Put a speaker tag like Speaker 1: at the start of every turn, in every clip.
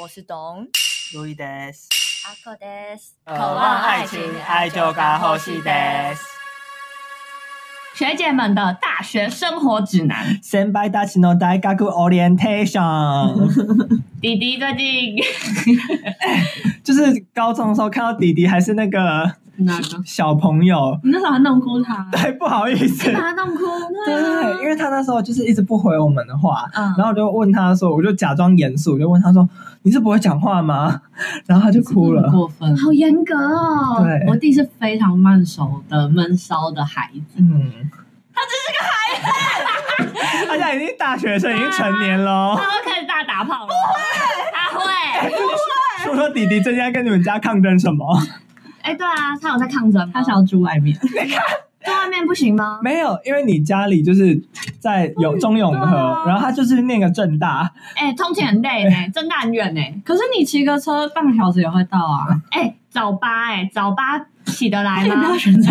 Speaker 1: 我是董
Speaker 2: 路易德斯，
Speaker 1: 阿克德斯，
Speaker 2: 渴望爱情，爱就该呼吸德。
Speaker 3: 学姐们的大学生活指南。
Speaker 2: 先拜大请诺大家顾 orientation，
Speaker 3: 弟弟最近
Speaker 2: 就是高中的时候看到弟弟还是那个
Speaker 3: 哪个？
Speaker 2: 小朋 友，
Speaker 3: 你那时候还弄哭他，
Speaker 2: 对，不好意 思，
Speaker 3: 把他弄哭。
Speaker 2: 对，因为他那时候就是一直不回我们的话，
Speaker 3: 嗯
Speaker 2: 然后我就问他说，我就假装严肃，我就问他说：“你是不会讲话吗？” 然后他就哭了。
Speaker 3: 过分，好严格哦。
Speaker 2: 对
Speaker 3: 我弟是非常慢熟的闷骚的孩子，
Speaker 2: 嗯， 他只是个孩子，他现在已经大学生，已经成年喽
Speaker 3: 他。会开始大打炮了。不会，他会。
Speaker 2: 说说弟弟最近在跟你们家抗争什么？
Speaker 3: 哎，对啊，他有在抗争吗？
Speaker 4: 他想要住外 面，
Speaker 3: 住外面不行吗？
Speaker 2: 没有，因为你家里就是在
Speaker 4: 哦
Speaker 2: 有中永和，
Speaker 3: 对啊
Speaker 2: 然后他就是念个正大，
Speaker 3: 哎，通勤很累 呢，真的很远呢。
Speaker 4: 可是你骑个车半个小时也会到啊。
Speaker 3: 哎，早八哎，早八起得来
Speaker 4: 你不
Speaker 3: 吗
Speaker 4: 要？啊选择，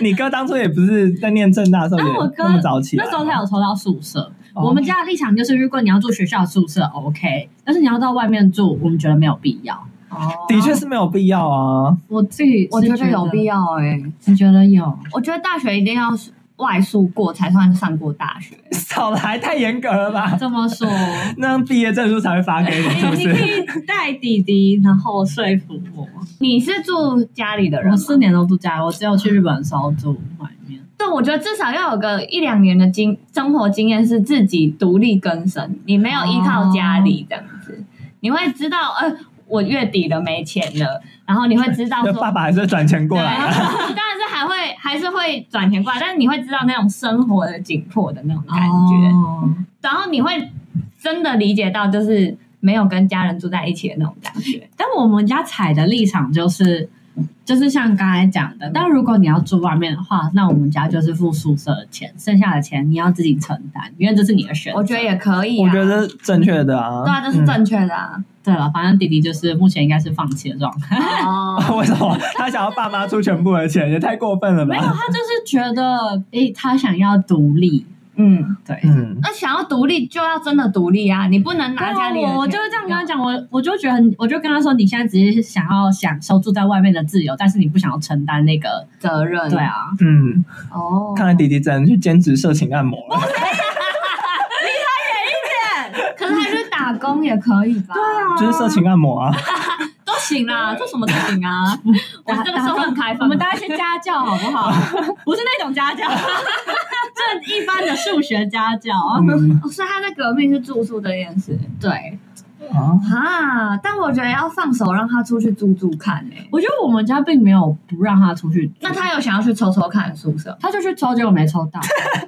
Speaker 2: 你哥当初也不是在念正大的时候
Speaker 4: 但
Speaker 2: 也
Speaker 4: 啊我哥
Speaker 2: 那么早起来
Speaker 4: 那
Speaker 2: 吗，
Speaker 4: 时候他有抽到宿舍。
Speaker 2: 哦
Speaker 4: 我们家的立场就是，如果你要住学校宿舍，OK，但是你要到外面住，我们觉得没有必要。
Speaker 3: 哦
Speaker 2: 的确是没有必要啊。
Speaker 4: 我自己
Speaker 3: 我觉得有必
Speaker 4: 要，
Speaker 3: 要哎。
Speaker 4: 你觉得有？
Speaker 3: 我觉得大学一定要外宿过才算上过大学。
Speaker 2: 少来，太严格了吧？
Speaker 4: 这么 说，
Speaker 2: 那样毕业证书才会发给你，是不
Speaker 4: 哎你可
Speaker 2: 是？
Speaker 4: 以带弟弟，然后说服我。
Speaker 3: 你是住家里的
Speaker 4: 我
Speaker 3: 人吗？
Speaker 4: 四年都住家里，我只有去日本的时候住外面。
Speaker 3: 对，我觉得至少要有个一两年的经生活经验，是自己独立更生，你没有依靠家
Speaker 2: 哦
Speaker 3: 里这样子，你会知道，呃，我月底了没钱了，然后你会知道
Speaker 2: 那
Speaker 3: 说，
Speaker 2: 爸爸还是转钱
Speaker 3: 对，
Speaker 2: 过来啊。
Speaker 3: 当然是还会还是会转钱过来，但是你会知道那种生活的紧迫的那种感觉，
Speaker 4: 哦
Speaker 3: 然后你会真的理解到，就是没有跟家人住在一起的那种感觉。
Speaker 4: 但我们家采的立场就是，就是像刚才讲的，但如果你要住外面的话，那我们家就是付宿舍的钱，剩下的钱你要自己承担，因为这是你的选择。
Speaker 3: 我觉得也可以、啊，
Speaker 2: 我觉得正确的啊。
Speaker 3: 对啊，这是正确的啊。
Speaker 4: 对了，反正弟弟就是目前应该是放弃的状态，
Speaker 3: 哦，
Speaker 2: 嗯。为 什么他想要爸妈出全部的钱，也太过分了
Speaker 4: 没有，
Speaker 2: 吧？
Speaker 4: 他就是觉得，诶、他想要独立，
Speaker 3: 嗯，
Speaker 4: 对。
Speaker 2: 嗯，
Speaker 3: 那想要独立就要真的独立啊，你不能拿家里
Speaker 4: 对
Speaker 3: 的
Speaker 4: 啊
Speaker 3: 钱。
Speaker 4: 我我就是这样跟他讲，我我就觉得很，我就跟他说，你现在只是想要享受住在外面的自由，但是你不想要承担那个，
Speaker 3: 责任。
Speaker 4: 对，啊，
Speaker 2: 嗯，
Speaker 3: 哦，
Speaker 2: 看来弟弟只能去兼职色情按摩了。
Speaker 4: 哦
Speaker 3: 可是他去打工也可以吧？对啊，
Speaker 2: 就是色情按摩啊，
Speaker 4: 都行啦，做什么都行 啊。
Speaker 3: 我们这个社会很开
Speaker 4: 我
Speaker 3: 放，啊
Speaker 4: 们当一些家教好不 好？不是那种家教，正一般的数学家教。
Speaker 2: 嗯
Speaker 3: 哦所以他在革命是住宿这件事。
Speaker 4: 对，
Speaker 2: 啊，
Speaker 3: 啊，但我觉得要放手让他出去住住看诶、
Speaker 4: 我觉得我们家并没有不让他出去，
Speaker 3: 那他有想要去抽抽看宿舍？
Speaker 4: 他就去抽，结果没抽 到。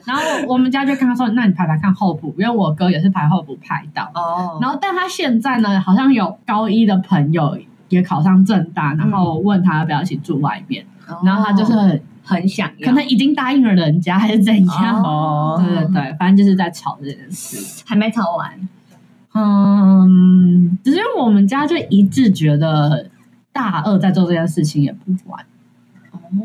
Speaker 4: 然后我们家就跟他说：“那你排排看候补，因为我哥也是排候补排到。
Speaker 3: 哦”
Speaker 4: 然后，但他现在呢，好像有高一的朋友也考上正大，然后问他要不要一起住外面，
Speaker 3: 哦
Speaker 4: 然后他就是很
Speaker 3: 很想要，
Speaker 4: 可能已经答应了人家还是怎样。
Speaker 2: 哦
Speaker 4: 对对对，反正就是在吵这件事。
Speaker 3: 还没吵 完。
Speaker 4: 嗯，只是我们家就一致觉得大二在做这件事情也不晚，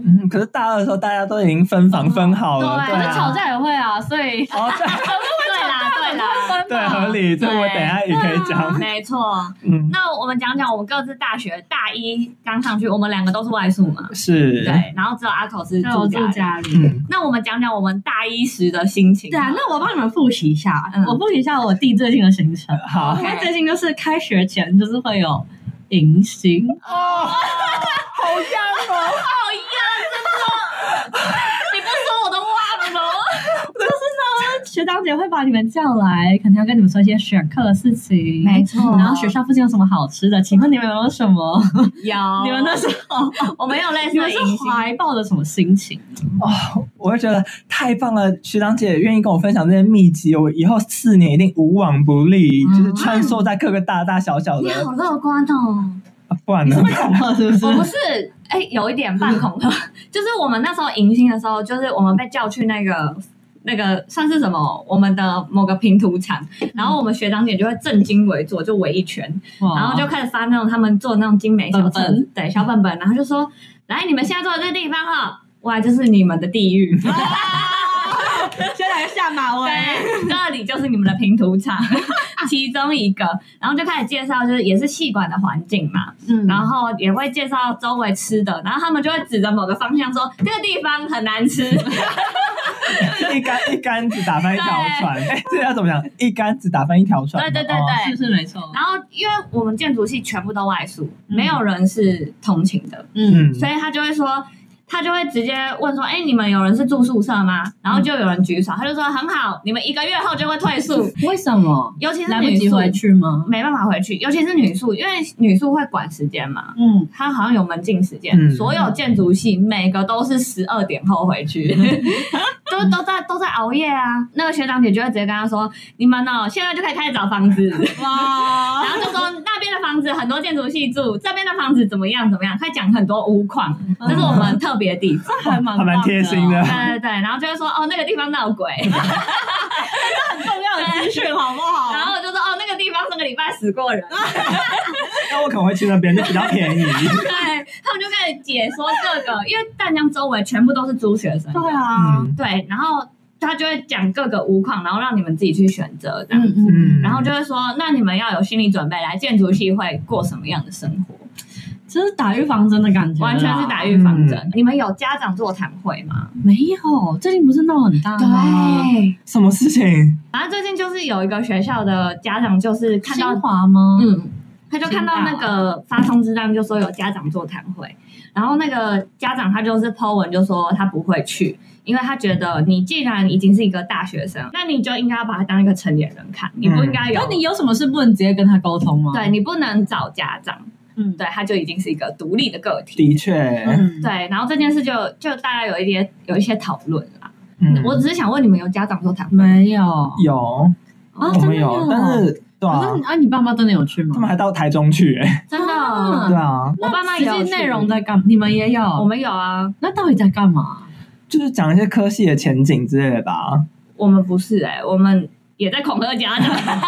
Speaker 2: 嗯，可是大二的时候大家都已经分房分好了，
Speaker 3: 哦
Speaker 2: 对
Speaker 3: 对
Speaker 4: 可是
Speaker 2: 啊，
Speaker 4: 吵架也会啊，所以
Speaker 2: 哦，对
Speaker 3: 对啦，对 啊啦，
Speaker 2: 对，啊合理，这我等一下也可以讲，
Speaker 3: 没错。
Speaker 2: 嗯，
Speaker 3: 啊那我们讲讲我们各自大学大一刚上去，我们两个都是外宿嘛，
Speaker 2: 是，
Speaker 3: 对，然后只有阿口是
Speaker 4: 对我
Speaker 3: 住
Speaker 4: 住
Speaker 3: 家。
Speaker 4: 家里。
Speaker 2: 嗯，
Speaker 3: 那我们讲讲我们大一时的心情。
Speaker 4: 对啊，那我帮你们复习一下，
Speaker 3: 嗯
Speaker 4: 我复习一下我弟最近的行程。
Speaker 2: 好，
Speaker 4: 他最近就是开学前就是会有迎新，
Speaker 2: 哦，好样哦，
Speaker 3: 讨厌， 真的，你不说我都忘了。
Speaker 4: 学长姐会把你们叫来，可能要跟你们说一些选课的事情。
Speaker 3: 错
Speaker 4: 然后学校附近有什么好吃的？请问你们有没有什么？
Speaker 3: 有
Speaker 4: 你们那时候，
Speaker 3: 我没有类似
Speaker 4: 你们
Speaker 3: 的
Speaker 4: 是
Speaker 3: 迎新，
Speaker 4: 怀抱着什么心情？
Speaker 2: 我就觉得太棒了，学长姐愿意跟我分享这些秘籍，我以后四年一定无往不利，就是穿梭在各个大大小小
Speaker 3: 嗯你
Speaker 2: 的，
Speaker 3: 好乐观哦。
Speaker 2: 啊不然呢？
Speaker 4: 恐吓是不是
Speaker 3: 我？不是，哎、有一点半恐 吓，就是我们那时候迎新的时候，就是我们被叫去那个。那个算是什么？我们的某个拼图场，然后我们学长姐就会正襟危坐，就围一圈，然后就开始发那种他们做那种精美小册
Speaker 4: 哦本
Speaker 3: 子，对小本本，然后就说：“来，你们现在坐的这个地方哈，哇，这是你们的地狱。”
Speaker 4: 先来个下马威。
Speaker 3: 对，这里就是你们的拼图场 其中一个，然后就开始介绍，就是也是气管的环境嘛，
Speaker 4: 嗯
Speaker 3: 然后也会介绍周围吃的，然后他们就会指着某个方向说这个地方很 难吃，
Speaker 2: 一竿一竿子打翻一条
Speaker 3: 对
Speaker 2: 船，哎，这要怎么讲？一竿子打翻一条船吗。
Speaker 3: 对对对
Speaker 2: 哦
Speaker 3: 对。
Speaker 4: 是没错
Speaker 3: 然后，因为我们建筑系全部都外宿，没有人是通勤的，
Speaker 4: 嗯，
Speaker 3: 所以他就会说，他就会直接问说：“哎，你们有人是住宿舍吗？”然后就有人举手，他就说：“很好，你们一个月后就会退宿，
Speaker 4: 为什么
Speaker 3: 尤其是
Speaker 4: 来不
Speaker 3: 女
Speaker 4: 及
Speaker 3: 宿，
Speaker 4: 回去吗？
Speaker 3: 没办法回去，尤其是女宿，因为女宿会管时间嘛，
Speaker 4: 嗯，
Speaker 3: 它好像有门禁时间，
Speaker 2: 嗯
Speaker 3: 所有建筑系每个都是十二点后回去， 都都在都在熬夜啊。那个学长姐就会直接跟他说：“你们哦，现在就可以开始找房子。”
Speaker 4: 哇
Speaker 3: 然，后就说那边的房子很多建筑系住，这边的房子怎么样怎么样，他讲很多屋况，这是我们特别地方。
Speaker 4: 还蛮
Speaker 2: 还蛮贴心 的
Speaker 3: 对对对，然后就会说哦那个地方闹鬼，
Speaker 4: 很重要
Speaker 3: 的资
Speaker 4: 讯，好不好
Speaker 3: 然后我就说哦那个地方上个礼拜死过人，
Speaker 2: 那我可能会去那边，就比较 便宜。
Speaker 3: 对他们就开始解说各个，因为淡江周围全部都是租学生，
Speaker 4: 对啊，
Speaker 2: 嗯
Speaker 3: 对，然后他就会讲各个屋况，然后让你们自己去选择这样，
Speaker 2: 嗯，
Speaker 3: 然后就会说那你们要有心理准备，来建筑系会过什么样的生活，
Speaker 4: 这是打预防针的感觉啦，啊
Speaker 3: 完全是打预防针
Speaker 2: 嗯。
Speaker 3: 你们有家长座谈会吗？
Speaker 4: 没有，最近不是闹很大吗？
Speaker 3: 对，
Speaker 2: 什么事情？
Speaker 3: 反正最近就是有一个学校的家长，就是看到
Speaker 4: 新，华吗？
Speaker 3: 嗯，他就看到那
Speaker 4: 啊
Speaker 3: 个发通知单，就说有家长座谈会，然后那个家长他就是 Po 文就说他不会去。因为他觉得你既然已经是一个大学生，那你就应该要把他当一个成年人看，你不应该有，
Speaker 4: 那你有什么事不能直接跟他沟通吗？
Speaker 3: 对，你不能找家长，
Speaker 4: 嗯，
Speaker 3: 对，他就已经是一个独立的个体，
Speaker 2: 的确，
Speaker 4: 嗯，
Speaker 3: 对。然后这件事就就大家有一些有一些讨论啦。
Speaker 2: 嗯
Speaker 3: 我只是想问你们有家长座谈会吗？哦
Speaker 4: 没有。
Speaker 2: 有，
Speaker 4: 啊
Speaker 2: 我
Speaker 4: 真的
Speaker 2: 们有，
Speaker 4: 有
Speaker 2: 但是对啊
Speaker 4: 可，是啊，你爸妈真的有去吗
Speaker 2: 他？们还到台中去，哎，
Speaker 3: 真的，
Speaker 4: 啊
Speaker 2: 对啊，
Speaker 3: 我爸妈也有
Speaker 4: 实际
Speaker 3: 去
Speaker 4: 内容在干，你们也
Speaker 3: 我
Speaker 4: 有？
Speaker 3: 们有啊，
Speaker 4: 那到底在干嘛？
Speaker 2: 就是讲一些科系的前景之类的吧。
Speaker 3: 我们不是哎、我们也在恐吓 家长。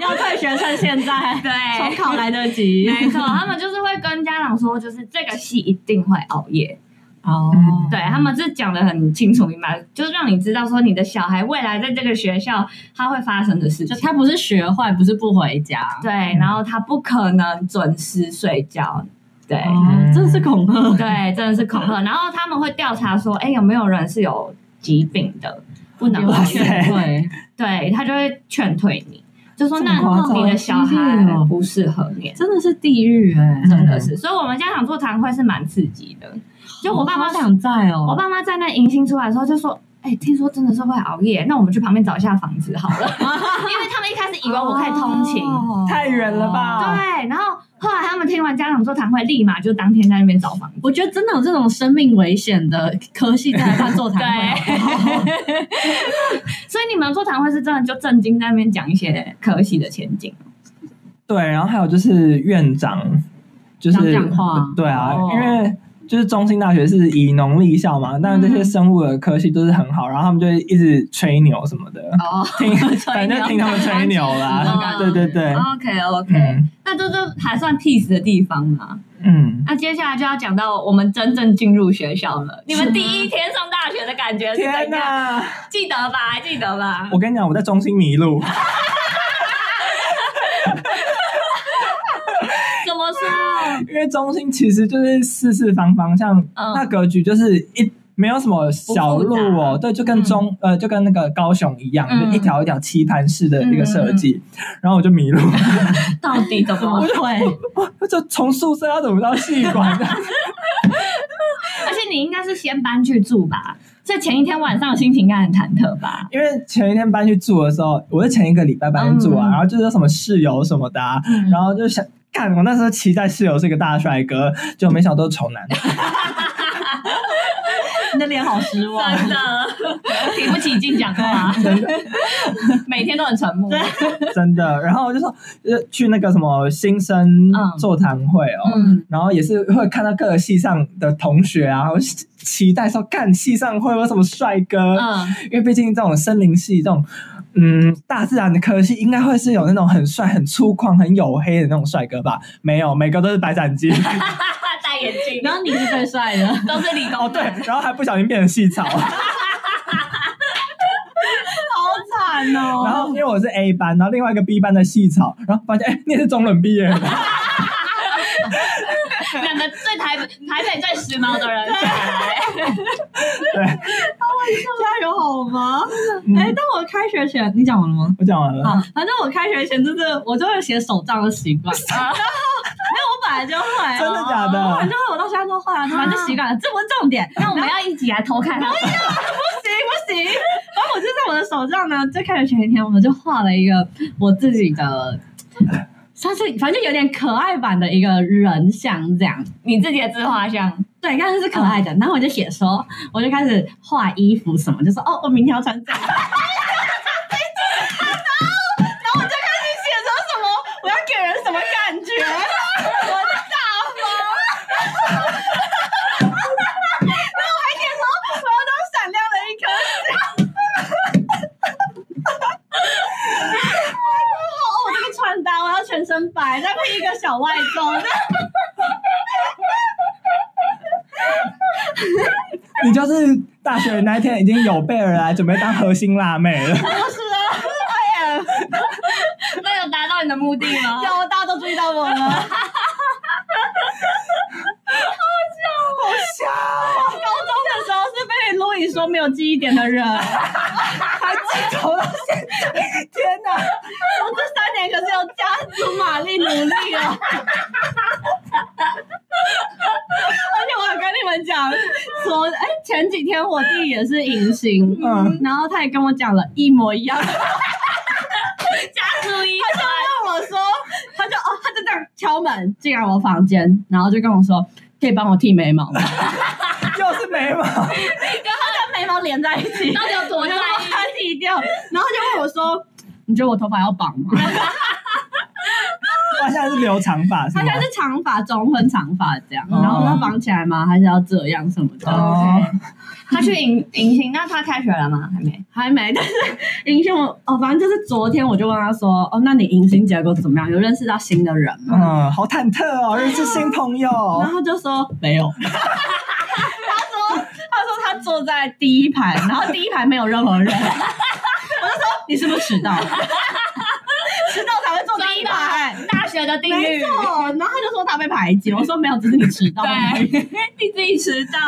Speaker 4: 要退学趁现在， 重
Speaker 3: 对，
Speaker 4: 考来得及。
Speaker 3: 没错，他们就是会跟家长说，就是这个戏一定会熬夜。
Speaker 4: 哦，
Speaker 2: 嗯
Speaker 3: 对他们是讲的很清楚明白，就是让你知道说你的小孩未来在这个学校他会发生的事
Speaker 4: 就
Speaker 3: 情。
Speaker 4: 他不是学坏，不是不回家。
Speaker 3: 对，然后他不可能准时睡觉。对。
Speaker 4: 哦，真的是恐吓。
Speaker 3: 对，真的是恐吓。然后他们会调查说，哎，有没有人是有疾病的，不能
Speaker 2: 哇
Speaker 3: 熬
Speaker 2: 塞
Speaker 3: 夜？
Speaker 4: 对，
Speaker 3: 对他就会劝退你，就说
Speaker 2: 这么
Speaker 3: 那
Speaker 2: 夸张
Speaker 3: 你的小
Speaker 4: 好
Speaker 3: 孩
Speaker 4: 激烈哦
Speaker 3: 不适合念，
Speaker 4: 真的是地狱哎。
Speaker 2: 嗯
Speaker 3: 真的是。所以我们家长座谈会是蛮刺激的。就我爸妈
Speaker 4: 好，想在哦，
Speaker 3: 我爸妈在那迎新出来的时候就说。哎、听说真的是会熬夜，那我们去旁边找一下房子好了，因 为他们一开始以为我可以通勤，
Speaker 4: 哦
Speaker 2: 太远了吧
Speaker 3: 对，然后后来他们听完家长座谈会，立马就当天在那边找房子。
Speaker 4: 我觉得真的有这种生命危险的科系在办座谈会，
Speaker 3: 所以你们座谈会是真的就正经在那边讲一些科系的前景，
Speaker 2: 对，然后还有就是院长，就是
Speaker 4: 讲讲话
Speaker 2: 对啊，
Speaker 3: 哦
Speaker 2: 因为。就是中兴大学是以农立校嘛，但是这些生物的科系都是很好，然后他们就会一直吹牛什么的，
Speaker 3: 哦
Speaker 2: 听反正听他们吹牛啦，
Speaker 3: 嗯
Speaker 2: 对对对，
Speaker 4: 哦
Speaker 3: ，OK OK，
Speaker 2: 嗯
Speaker 3: 那这就还算 peace 的地方嘛。
Speaker 2: 嗯，
Speaker 3: 那接下来就要讲到我们真正进入学校了，你们第一天上大学的感觉是
Speaker 2: 天
Speaker 3: 怎样？
Speaker 2: 哪！
Speaker 3: 记得吧，还记得吧？
Speaker 2: 我跟你讲，我在中心迷路，
Speaker 3: 怎么说？
Speaker 2: 因为中心其实就是四四方方，像
Speaker 3: 嗯
Speaker 2: 那格局就是一。没有什么小路哦，对，就跟中、呃，就跟那个高雄一样，
Speaker 3: 嗯
Speaker 2: 就一条一条棋盘式的一个设计，然后我就迷路，
Speaker 3: 到底怎么？
Speaker 4: 会
Speaker 2: 我就从宿舍要怎么到戏馆？
Speaker 3: 而且你应该是先搬去住吧，所以前一天晚上的心情应该很忐忑吧？
Speaker 2: 因为前一天搬去住的时候，我是前一个礼拜搬去住啊，
Speaker 3: 嗯
Speaker 2: 然后就是有什么室友什么的、啊，
Speaker 4: 嗯
Speaker 2: 然后就想，干，我那时候期待室友是个大帅哥，就没想到都是丑男，
Speaker 4: 你的脸好失望。
Speaker 3: 真的提不起劲讲 话，每天都很沉默。
Speaker 2: 真的。然后我就说，呃，去那个什么新生
Speaker 3: 嗯
Speaker 2: 座谈会哦，
Speaker 3: 嗯，
Speaker 2: 然后也是 会看到各个系上的同学啊，然后期待说，干系上会有什么帅哥？
Speaker 3: 嗯，
Speaker 2: 因为毕竟这种森林系这种。嗯，大自然的科系应该会是有那种很帅、很粗犷、很黝黑的那种帅哥吧？没有，每个都是白斩鸡。哦
Speaker 3: 戴眼镜，
Speaker 4: 然后你是最帅的，
Speaker 3: 都是理工
Speaker 2: 哦，对
Speaker 3: 男，
Speaker 2: 然后还不小心变成细草。
Speaker 4: 惨哦。
Speaker 2: 然后因为我是 A 班，然后另外一个 B 班的系草，然后发现哎、你也是中伦毕业的，
Speaker 3: 两个最台北台北最时髦的人，
Speaker 4: 加油好吗？
Speaker 2: 嗯
Speaker 4: 哎、但我开学前，你讲完了吗？
Speaker 2: 我讲完
Speaker 3: 嗯
Speaker 2: 了，
Speaker 4: 啊，反正我开学前就是我就会写手账的习 惯，然后没有我本来就会，啊
Speaker 2: 真的假的
Speaker 4: 我本来就会，我到现在都会啊，反正就习惯了，这不是重点，
Speaker 3: 那我们要一起来偷看他。啊
Speaker 4: 不行不行。然后我就在我的手账呢，最开始前一天，我就画了一个我自己的，算是反正有点可爱版的一个人像这样。
Speaker 3: 你自己的自画像，
Speaker 4: 对，但是是可爱的。然后我就写说，我就开始画衣服什么，就说哦，我明天要穿这样。 然后然后我就开始写说什么，我要给人什么感觉， 我的大方。 然后我还写说，我要当闪亮的一颗星。 我还说哦，我这个穿搭，我要全身白，再配一个小外装。
Speaker 2: 你就是大学那一天已经有备而来，准备当核心辣妹了。
Speaker 4: 啊哎
Speaker 3: 那有达到你的目的吗？
Speaker 4: 有，大家都注意到我了。好笑，好笑！ 高中的时候是被路易说没有记忆点的人，我
Speaker 2: 头到现在，天哪！
Speaker 4: 这三年可是有加足马力努力啊！ 而且我还跟你们讲说，哎、前几天我弟也是隐形，
Speaker 2: 嗯
Speaker 4: 然后他也跟我讲了一模 一样的
Speaker 3: 加注意，
Speaker 4: 他就问我说，他就哦，他就这样敲门进来我房间，然后就跟我说，可以帮我剃眉毛吗？
Speaker 2: 又是眉 毛，
Speaker 4: 他 的眉毛连在一起，
Speaker 3: 到底有
Speaker 4: 我
Speaker 3: 多
Speaker 4: 就
Speaker 3: 在
Speaker 4: 把
Speaker 3: 意？
Speaker 4: 它剃掉，然后他就问我说。你觉得我头发要绑吗？
Speaker 2: 他现在是留长发是
Speaker 4: 他
Speaker 2: 吗
Speaker 4: 现？在是长发，中分长发这样，
Speaker 2: 哦
Speaker 4: 然后我要绑起来吗？还是要这样什么的？
Speaker 2: 哦，
Speaker 3: 他去迎迎新，那他开学了吗？还没。
Speaker 4: 还没，但是 银杏我哦，反正就是昨天我就问他说，哦，那你迎新结果怎么样？有认识到新的人吗？
Speaker 2: 嗯，好忐忑哦，认识新 朋友。
Speaker 3: 哦
Speaker 4: 然后就说 没有。 他说他说他坐在第一排，然后第一排没有任何人。我 就说你是不是迟 到？迟到才会坐第一排。
Speaker 3: 大学的定
Speaker 4: 没
Speaker 3: 律，
Speaker 4: 错，然后他就说他被排挤，我说没有，只是你迟到而已。
Speaker 3: 你自己迟到，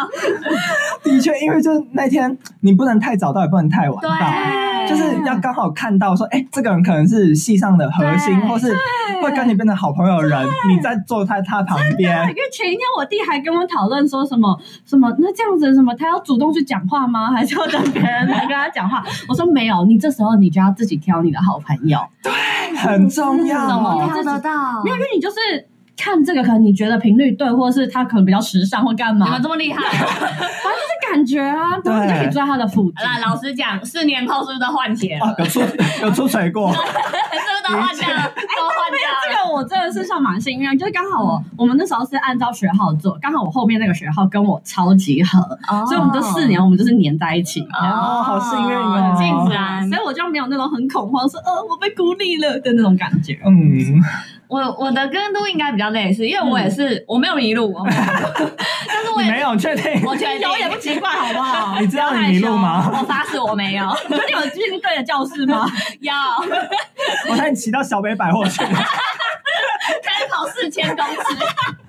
Speaker 2: 的确，因为就是那天你不能太早到，也不能太晚到，
Speaker 3: 对，
Speaker 2: 就是要刚好看到说，哎、这个人可能是系上的核心，
Speaker 3: 对
Speaker 2: 或是会跟你变成好朋友的人，你在坐在他旁边。
Speaker 4: 因为前一天我弟还跟我讨论说什么什么，那这样子什么，他要主动去讲话吗？ 还是要等别人来跟他讲话？我说没有，你这时候你就要自己挑你的好朋友。
Speaker 2: 很重
Speaker 4: 是
Speaker 2: 要
Speaker 4: 怎么
Speaker 2: 哦，
Speaker 1: 挑得到
Speaker 4: 没？有，因为你就是看这个，可能你觉得频率对，或者是他可能比较时尚或干
Speaker 3: 你
Speaker 4: 嘛，
Speaker 3: 们
Speaker 4: 反
Speaker 3: 这么厉害。
Speaker 4: 正就是感觉啊，
Speaker 2: 对
Speaker 4: 然后你就可以坐在他的附近
Speaker 3: 好。啦，老实讲，四年后是不是都换血了？
Speaker 2: 哦有 出有出水过，
Speaker 3: 是不是都换 掉了？都换掉了。
Speaker 4: 这个我真的是算蛮幸运的，就是刚好
Speaker 3: 嗯
Speaker 4: 我我们那时候是按照学号做，刚好我后面那个学号跟我超级合，哦所以我们这四
Speaker 3: 哦
Speaker 4: 年我们就是黏在一起。
Speaker 2: 哦好幸运哦
Speaker 3: 很竟然
Speaker 4: 啊所。以我就没有那种很恐慌，说呃我被孤立了的那种感觉。
Speaker 2: 嗯，
Speaker 3: 我我的跟都应该比较类似，因为我也是，我没有迷路，我没有 但是我
Speaker 2: 你
Speaker 3: 也
Speaker 2: 没有确定？
Speaker 3: 我觉得
Speaker 4: 有也不奇怪，好不好？
Speaker 2: 你知道你迷路吗？
Speaker 3: 我发誓我 没有，
Speaker 4: 可 是你们进对的教室吗？
Speaker 3: 有
Speaker 2: 我带你骑到小北 百货去。
Speaker 3: 开始跑四千公尺。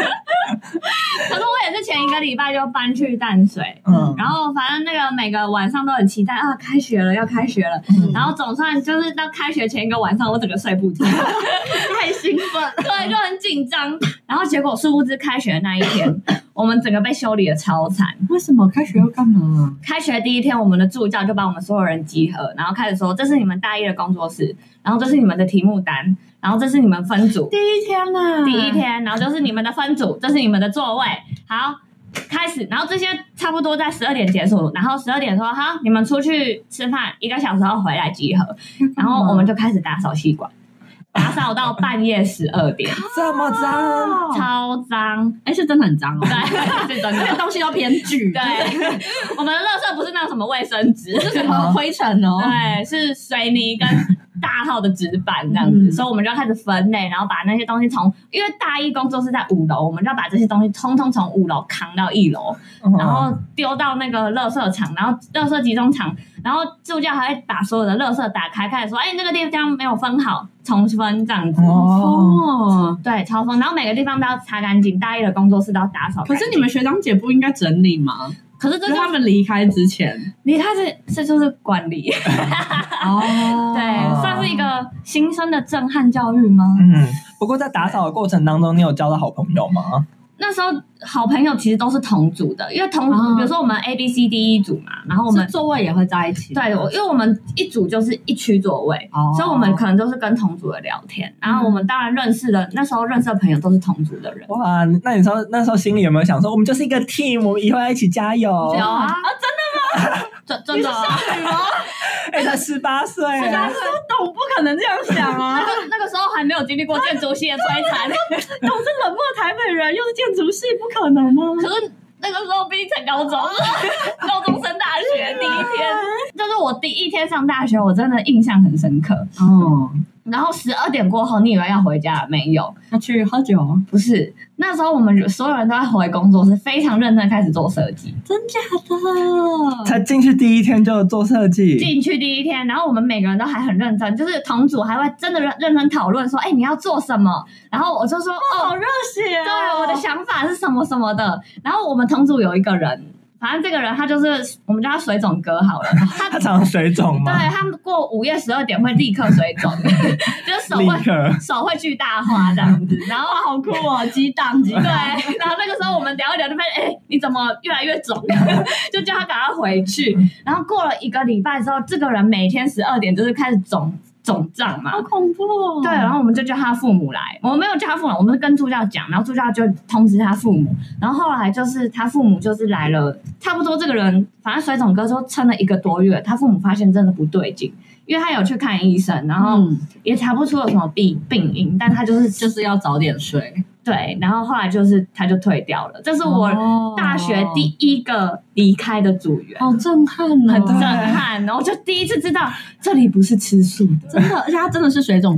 Speaker 3: 可是我也是前一个礼拜就搬去淡水，
Speaker 2: 嗯
Speaker 3: 然后反正那个每个晚上都很期待啊，开学了要开学了，然后总算就是到开学前一个晚上，我整个睡不着，
Speaker 4: 太兴奋了，
Speaker 3: 对，就很紧张。然后结果殊不知开学那一天，我们整个被修理的超惨。
Speaker 4: 为什么开学要干嘛？
Speaker 3: 开学第一天，我们的助教就把我们所有人集合，然后开始说：“这是你们大一的工作室，然后这是你们的题目单，然后这是你们分组
Speaker 4: 第一天呢？
Speaker 3: 第一天，然后就是你们的分组，这是你们的座位。”好，开始，然后这些差不多在十二点结束，然后十二点说：“好，你们出去吃饭，一个小时后回来集合。”然后我们就开始打扫系馆，打扫到半夜十二点，
Speaker 2: 这么脏，
Speaker 4: 哦，
Speaker 3: 超脏，
Speaker 4: 哎，是真的很脏哦，
Speaker 3: 对，是真
Speaker 4: 那
Speaker 3: 的
Speaker 4: 个。东西都偏巨，
Speaker 3: 对，我们的垃圾不是那种什么卫生纸，
Speaker 4: 是什么灰尘哦，
Speaker 3: 对，是水泥跟大号的纸板这样子，
Speaker 4: 嗯
Speaker 3: 所以我们就要开始分类，然后把那些东西从，因为大一工作是在五楼，我们就要把这些东西通通从五楼扛到一楼，
Speaker 4: 哦
Speaker 3: 然后丢到那个垃圾场，然后垃圾集中场，然后助教还会把所有的垃圾打开，开始说：“哎，那个地方没有分好，重分这样子。
Speaker 2: 哦，
Speaker 4: 哦，
Speaker 3: 对，超分，然后每个地方都要擦干净，大一的工作室都要打扫
Speaker 4: 可
Speaker 3: 干净。
Speaker 4: 是你们学长姐不应该整理吗？
Speaker 3: 可是
Speaker 4: 就
Speaker 3: 这就是
Speaker 4: 他们离开之前，
Speaker 3: 你开始这就是管理，
Speaker 4: 哦，
Speaker 3: 对，算是一个新生的震撼教育吗？
Speaker 2: 嗯，不过在打扫的过程当中，你有交到好朋友吗？
Speaker 3: 那时候好朋友其实都是同组的，因为同
Speaker 4: 哦
Speaker 3: 比如说我们 A、B、C、D E 一组嘛，然后我
Speaker 4: 我们
Speaker 3: 们
Speaker 4: 座位也会在一起，
Speaker 3: 对，我因为我们一组就是一区座位，
Speaker 4: 哦
Speaker 3: 所以我们可能都是跟同组的聊天，然后我们当然认识的，那时候认识的朋友都是同组的人。
Speaker 2: 哇，那你说那时候心里有没有想说，我们就是一个 team，我们以后要一起加油？
Speaker 3: 有啊， 真的吗？真真的啊，
Speaker 2: 哎，才十八岁，
Speaker 4: 啊懂不可能这样想啊
Speaker 3: 那！个 那个时候还没有经历过建筑系的摧残，
Speaker 4: 懂是冷漠台北人，又是建筑系，不可能吗？
Speaker 3: 可是那个时候毕竟才 高中，高中升大学第一天，就是我第一天上大学，我真的印象很深刻。
Speaker 4: 哦，
Speaker 3: 然后十二点过后，你以为要回家了没有？
Speaker 4: 要去喝酒，
Speaker 3: 不是，那时候我们所有人都在回工作室，非常认真地开始做设计。
Speaker 4: 真假的？
Speaker 2: 才进去第一天就做设计，
Speaker 3: 进去第一天，然后我们每个人都还很认真，就是同组还会真的认认真讨论说，哎、你要做什么？然后我就说，哦，
Speaker 4: 好热血啊！
Speaker 3: 对，我的想法是什么什么的。然后我们同组有一个人，反正这个人他就是我们叫他水肿哥好了，他
Speaker 2: 他常水肿吗？
Speaker 3: 对他们过午夜十二点会立刻水肿， 就是手
Speaker 2: 立
Speaker 3: 会
Speaker 2: 刻。
Speaker 3: 手会巨大化这样子，然后。
Speaker 4: 哇，好酷哦，激荡激
Speaker 3: 对，
Speaker 4: 荡。
Speaker 3: 然后那个时候我们聊一聊，就发现，哎、你怎么越来越肿？ 就叫他赶快回去。然后过了一个礼拜之后，这个人每天十二点就是开始肿肿胀嘛
Speaker 4: 好。恐怖哦！
Speaker 3: 对，然后我们就叫他父母来，我们没有叫他父母，我们是跟助教讲，然后助教就通知他父母，然后后来就是他父母就是来了，差不多这个人，反正水肿哥说撑了一个多月，他父母发现真的不对劲，因为他有去看医生，然后
Speaker 4: 嗯，
Speaker 3: 也查不出有什么病病因，但他就是
Speaker 4: 就是要早点睡。
Speaker 3: 对，然后后来就是他就退掉了，这是我
Speaker 4: 我
Speaker 3: 大学第一个离开的组员，
Speaker 4: 好震撼哦，
Speaker 3: 很震撼，然后就第一次知道这里不是吃素的，
Speaker 4: 真的，而且他真的是水 肿，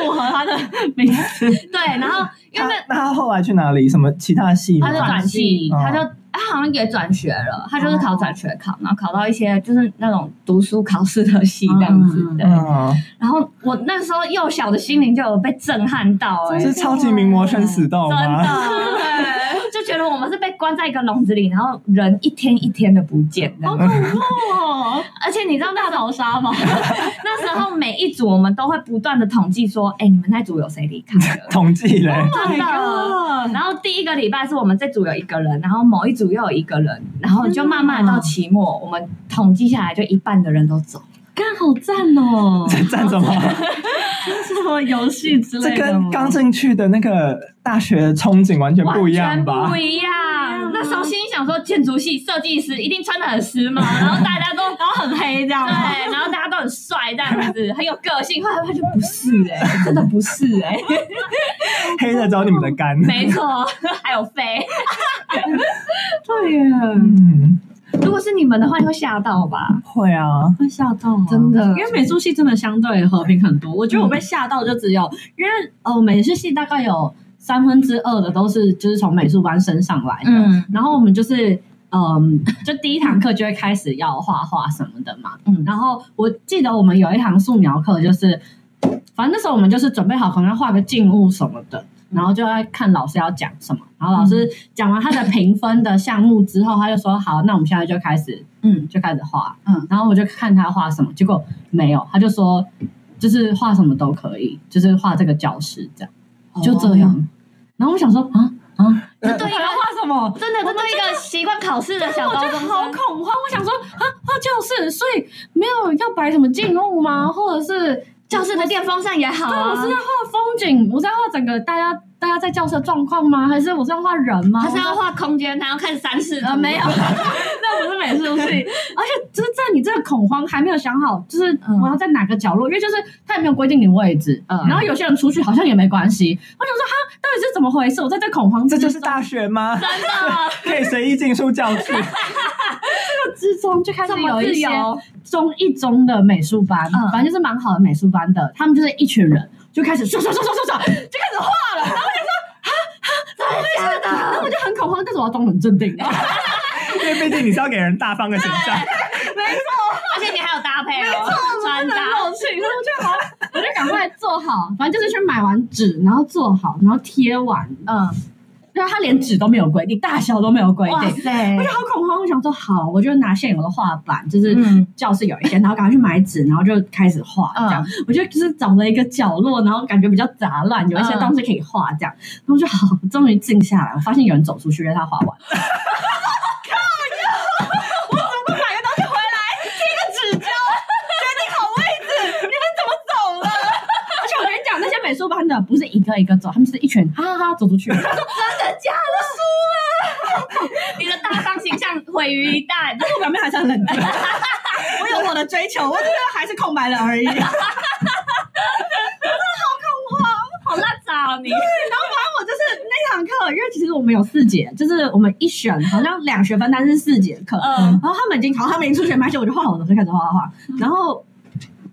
Speaker 4: 符合他的名 字。
Speaker 3: 对，然后因
Speaker 2: 他
Speaker 3: 为那
Speaker 2: 那他后来去哪里？什么其他系吗
Speaker 3: 他就？转系，
Speaker 2: 嗯
Speaker 3: 他就他好像也转学了，他就是考转学考，然后考到一些就是那种读书考试的系这样子
Speaker 4: 嗯
Speaker 3: 对。
Speaker 2: 嗯，
Speaker 3: 然后我那时候幼小的心灵就有被震撼到、欸，
Speaker 2: 是超级名模生死斗
Speaker 3: 真
Speaker 2: 吗？
Speaker 3: 的。就觉得我们是被关在一个笼子里，然后人一天一天的不见这样子，
Speaker 4: 哦，
Speaker 3: 而且你知道大逃杀
Speaker 4: Oh
Speaker 3: 吗？那时候每一组我们都会不断的统计说，哎、你们那组有谁离开 了？
Speaker 2: 统计嘞，
Speaker 3: 真的。然后第一个礼拜是我们这组有一个人，然后某一组又有一个人，然后就慢慢到期末，我们统计下来就一半的人都走。
Speaker 4: 干好赞哦！
Speaker 2: 这占什么？
Speaker 4: 是 什么游戏之
Speaker 2: 这
Speaker 4: 类的吗
Speaker 2: 跟 刚进去的那个大学憧憬完全不一样
Speaker 3: 完全
Speaker 2: 吧
Speaker 3: 不？一
Speaker 4: 不一样
Speaker 3: 样。那时候心里想说，建筑系设计师一定穿的很时 髦，然后大家都然后很
Speaker 4: 黑这样吗，
Speaker 3: 对，然后大家都很帅，这样子很有个性。后来发现不是哎、真 的不是哎、
Speaker 2: 黑的只有你们的肝。
Speaker 3: 没错，还有飞。
Speaker 4: 对耶，
Speaker 2: 嗯，
Speaker 3: 如果是你们的话，你会吓到吧？
Speaker 2: 会啊，
Speaker 4: 会吓到啊，
Speaker 3: 真的
Speaker 4: 因为美术系真的相对和平很多。我觉得我被吓到就只有，因为呃，美术系大概有三分之二的都是就是从美术班升上来的，
Speaker 3: 嗯
Speaker 4: 然后我们就是。嗯， 就第一堂课就会开始要画画什么的嘛。
Speaker 3: 嗯
Speaker 4: 然后我记得我们有一堂素描课，就是反正那时候我们就是准备好可能要画个静物什么的，
Speaker 3: 嗯
Speaker 4: 然后就要看老师要讲什么。然后老师讲完他的评分的项目之后，他就说：“好，那我们现在就开始，嗯，就开始画。”
Speaker 3: 嗯，
Speaker 4: 然后我就看他画什么，结果没有，他就说就是画什么都可以，就是画这个教室这样，
Speaker 3: 哦
Speaker 4: 就这样。
Speaker 3: 啊
Speaker 4: 然后我想说啊啊，
Speaker 3: 这对一
Speaker 4: 还
Speaker 3: 个
Speaker 4: 要画什么？
Speaker 3: 真的，这对一个习惯考试的小
Speaker 4: 我
Speaker 3: 高
Speaker 4: 觉
Speaker 3: 中
Speaker 4: 得
Speaker 3: 生，
Speaker 4: 好恐慌，我想说啊，画教室，所以没有要摆什么静物吗？或者是
Speaker 3: 教室的电风扇也好
Speaker 4: 对，
Speaker 3: 啊
Speaker 4: 我是要画风景，我是要画整个大家大家在教室的状况吗？还是我是要画人吗？
Speaker 3: 他是要画空间，他要看三视图
Speaker 4: 呃， 没有，那不是美术系，而且就是在你这个恐慌还没有想好，就是
Speaker 3: 嗯
Speaker 4: 我要在哪个角落，因为就是他也没有规定你位置，
Speaker 3: 嗯
Speaker 4: 然后有些人出去好像也没关系，我想说哈，到底是怎么回事？我在这恐慌之
Speaker 2: 这
Speaker 4: 中，
Speaker 2: 就是大学吗？
Speaker 3: 真的。
Speaker 2: 可以随意进出教室，
Speaker 4: 个之中就开始
Speaker 3: 这
Speaker 4: 有
Speaker 3: 么
Speaker 4: 一
Speaker 3: 自
Speaker 4: 些
Speaker 3: 由，
Speaker 4: 中一中的美术班，
Speaker 3: 嗯
Speaker 4: 反正就是蛮好的美术班的，他们就是一群人就开始刷刷刷刷刷刷，就开始画了，然后我就说啊啊，怎么回事？然后我就很恐慌，但是我要装得很镇定。
Speaker 2: 因为毕竟你是要给人大方的形象。
Speaker 3: 而且你还有搭配哦，穿搭。
Speaker 4: 有情，然后我就好，我就赶快做好，反正就是去买完纸，然后做好，然后贴完，
Speaker 3: 嗯，
Speaker 4: 然后他连纸都没有规定，大小都没有规定，
Speaker 3: 哇塞
Speaker 4: 我，就好恐慌，我想说好，我就拿现有的画板，就是
Speaker 3: 嗯
Speaker 4: 教室有一些，然后赶快去买纸，然后就开始画
Speaker 3: 嗯
Speaker 4: 这样。我就就是找了一个角落，然后感觉比较杂乱，有一
Speaker 3: 嗯
Speaker 4: 些东西可以画这样。然后我就好，终于静下来，我发现有人走出去，让他画完。 靠呀！我怎么不买个东西回来，贴个纸胶，决定好位置，你们怎么走了？ 而且我跟你讲，那些美术班的不是一个一个走，他们是一群哈哈哈走出去。
Speaker 3: 你的大方形象毁于一旦。
Speaker 4: 但是我表面还是很 冷静，我有我的追求，我觉得还是空白了而 已。然
Speaker 3: 好烂渣哦你！
Speaker 4: 后反正我就是那堂课，因为其实我们有四节，就是我们一选好像两学分，但是四节课。
Speaker 3: 嗯
Speaker 4: 然后他们已经好，他们已经出学分，而且我就画我的，就开始画画画。然后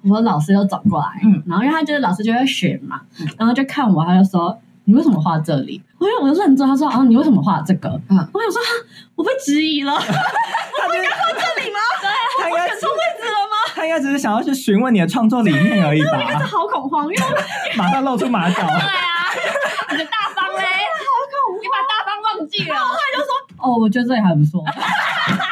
Speaker 4: 我的老师又走过来，
Speaker 3: 嗯
Speaker 4: 然后因为他就是老师就会选嘛，然后就看我，他就说。你为什么画这里？我就我就认真，他说啊，你为什么画这个？
Speaker 3: 嗯
Speaker 4: 我想说，啊我被质疑了，
Speaker 2: 他应该出位置了吗？他应该只是想要去询问你的创作理念而已
Speaker 4: 这
Speaker 2: 吧，
Speaker 4: 好恐慌，因为我
Speaker 2: 马上露出马脚。
Speaker 3: 对啊，你的大方嘞，你把大方忘记了。
Speaker 4: 哦，我觉得这里还不 错。真的，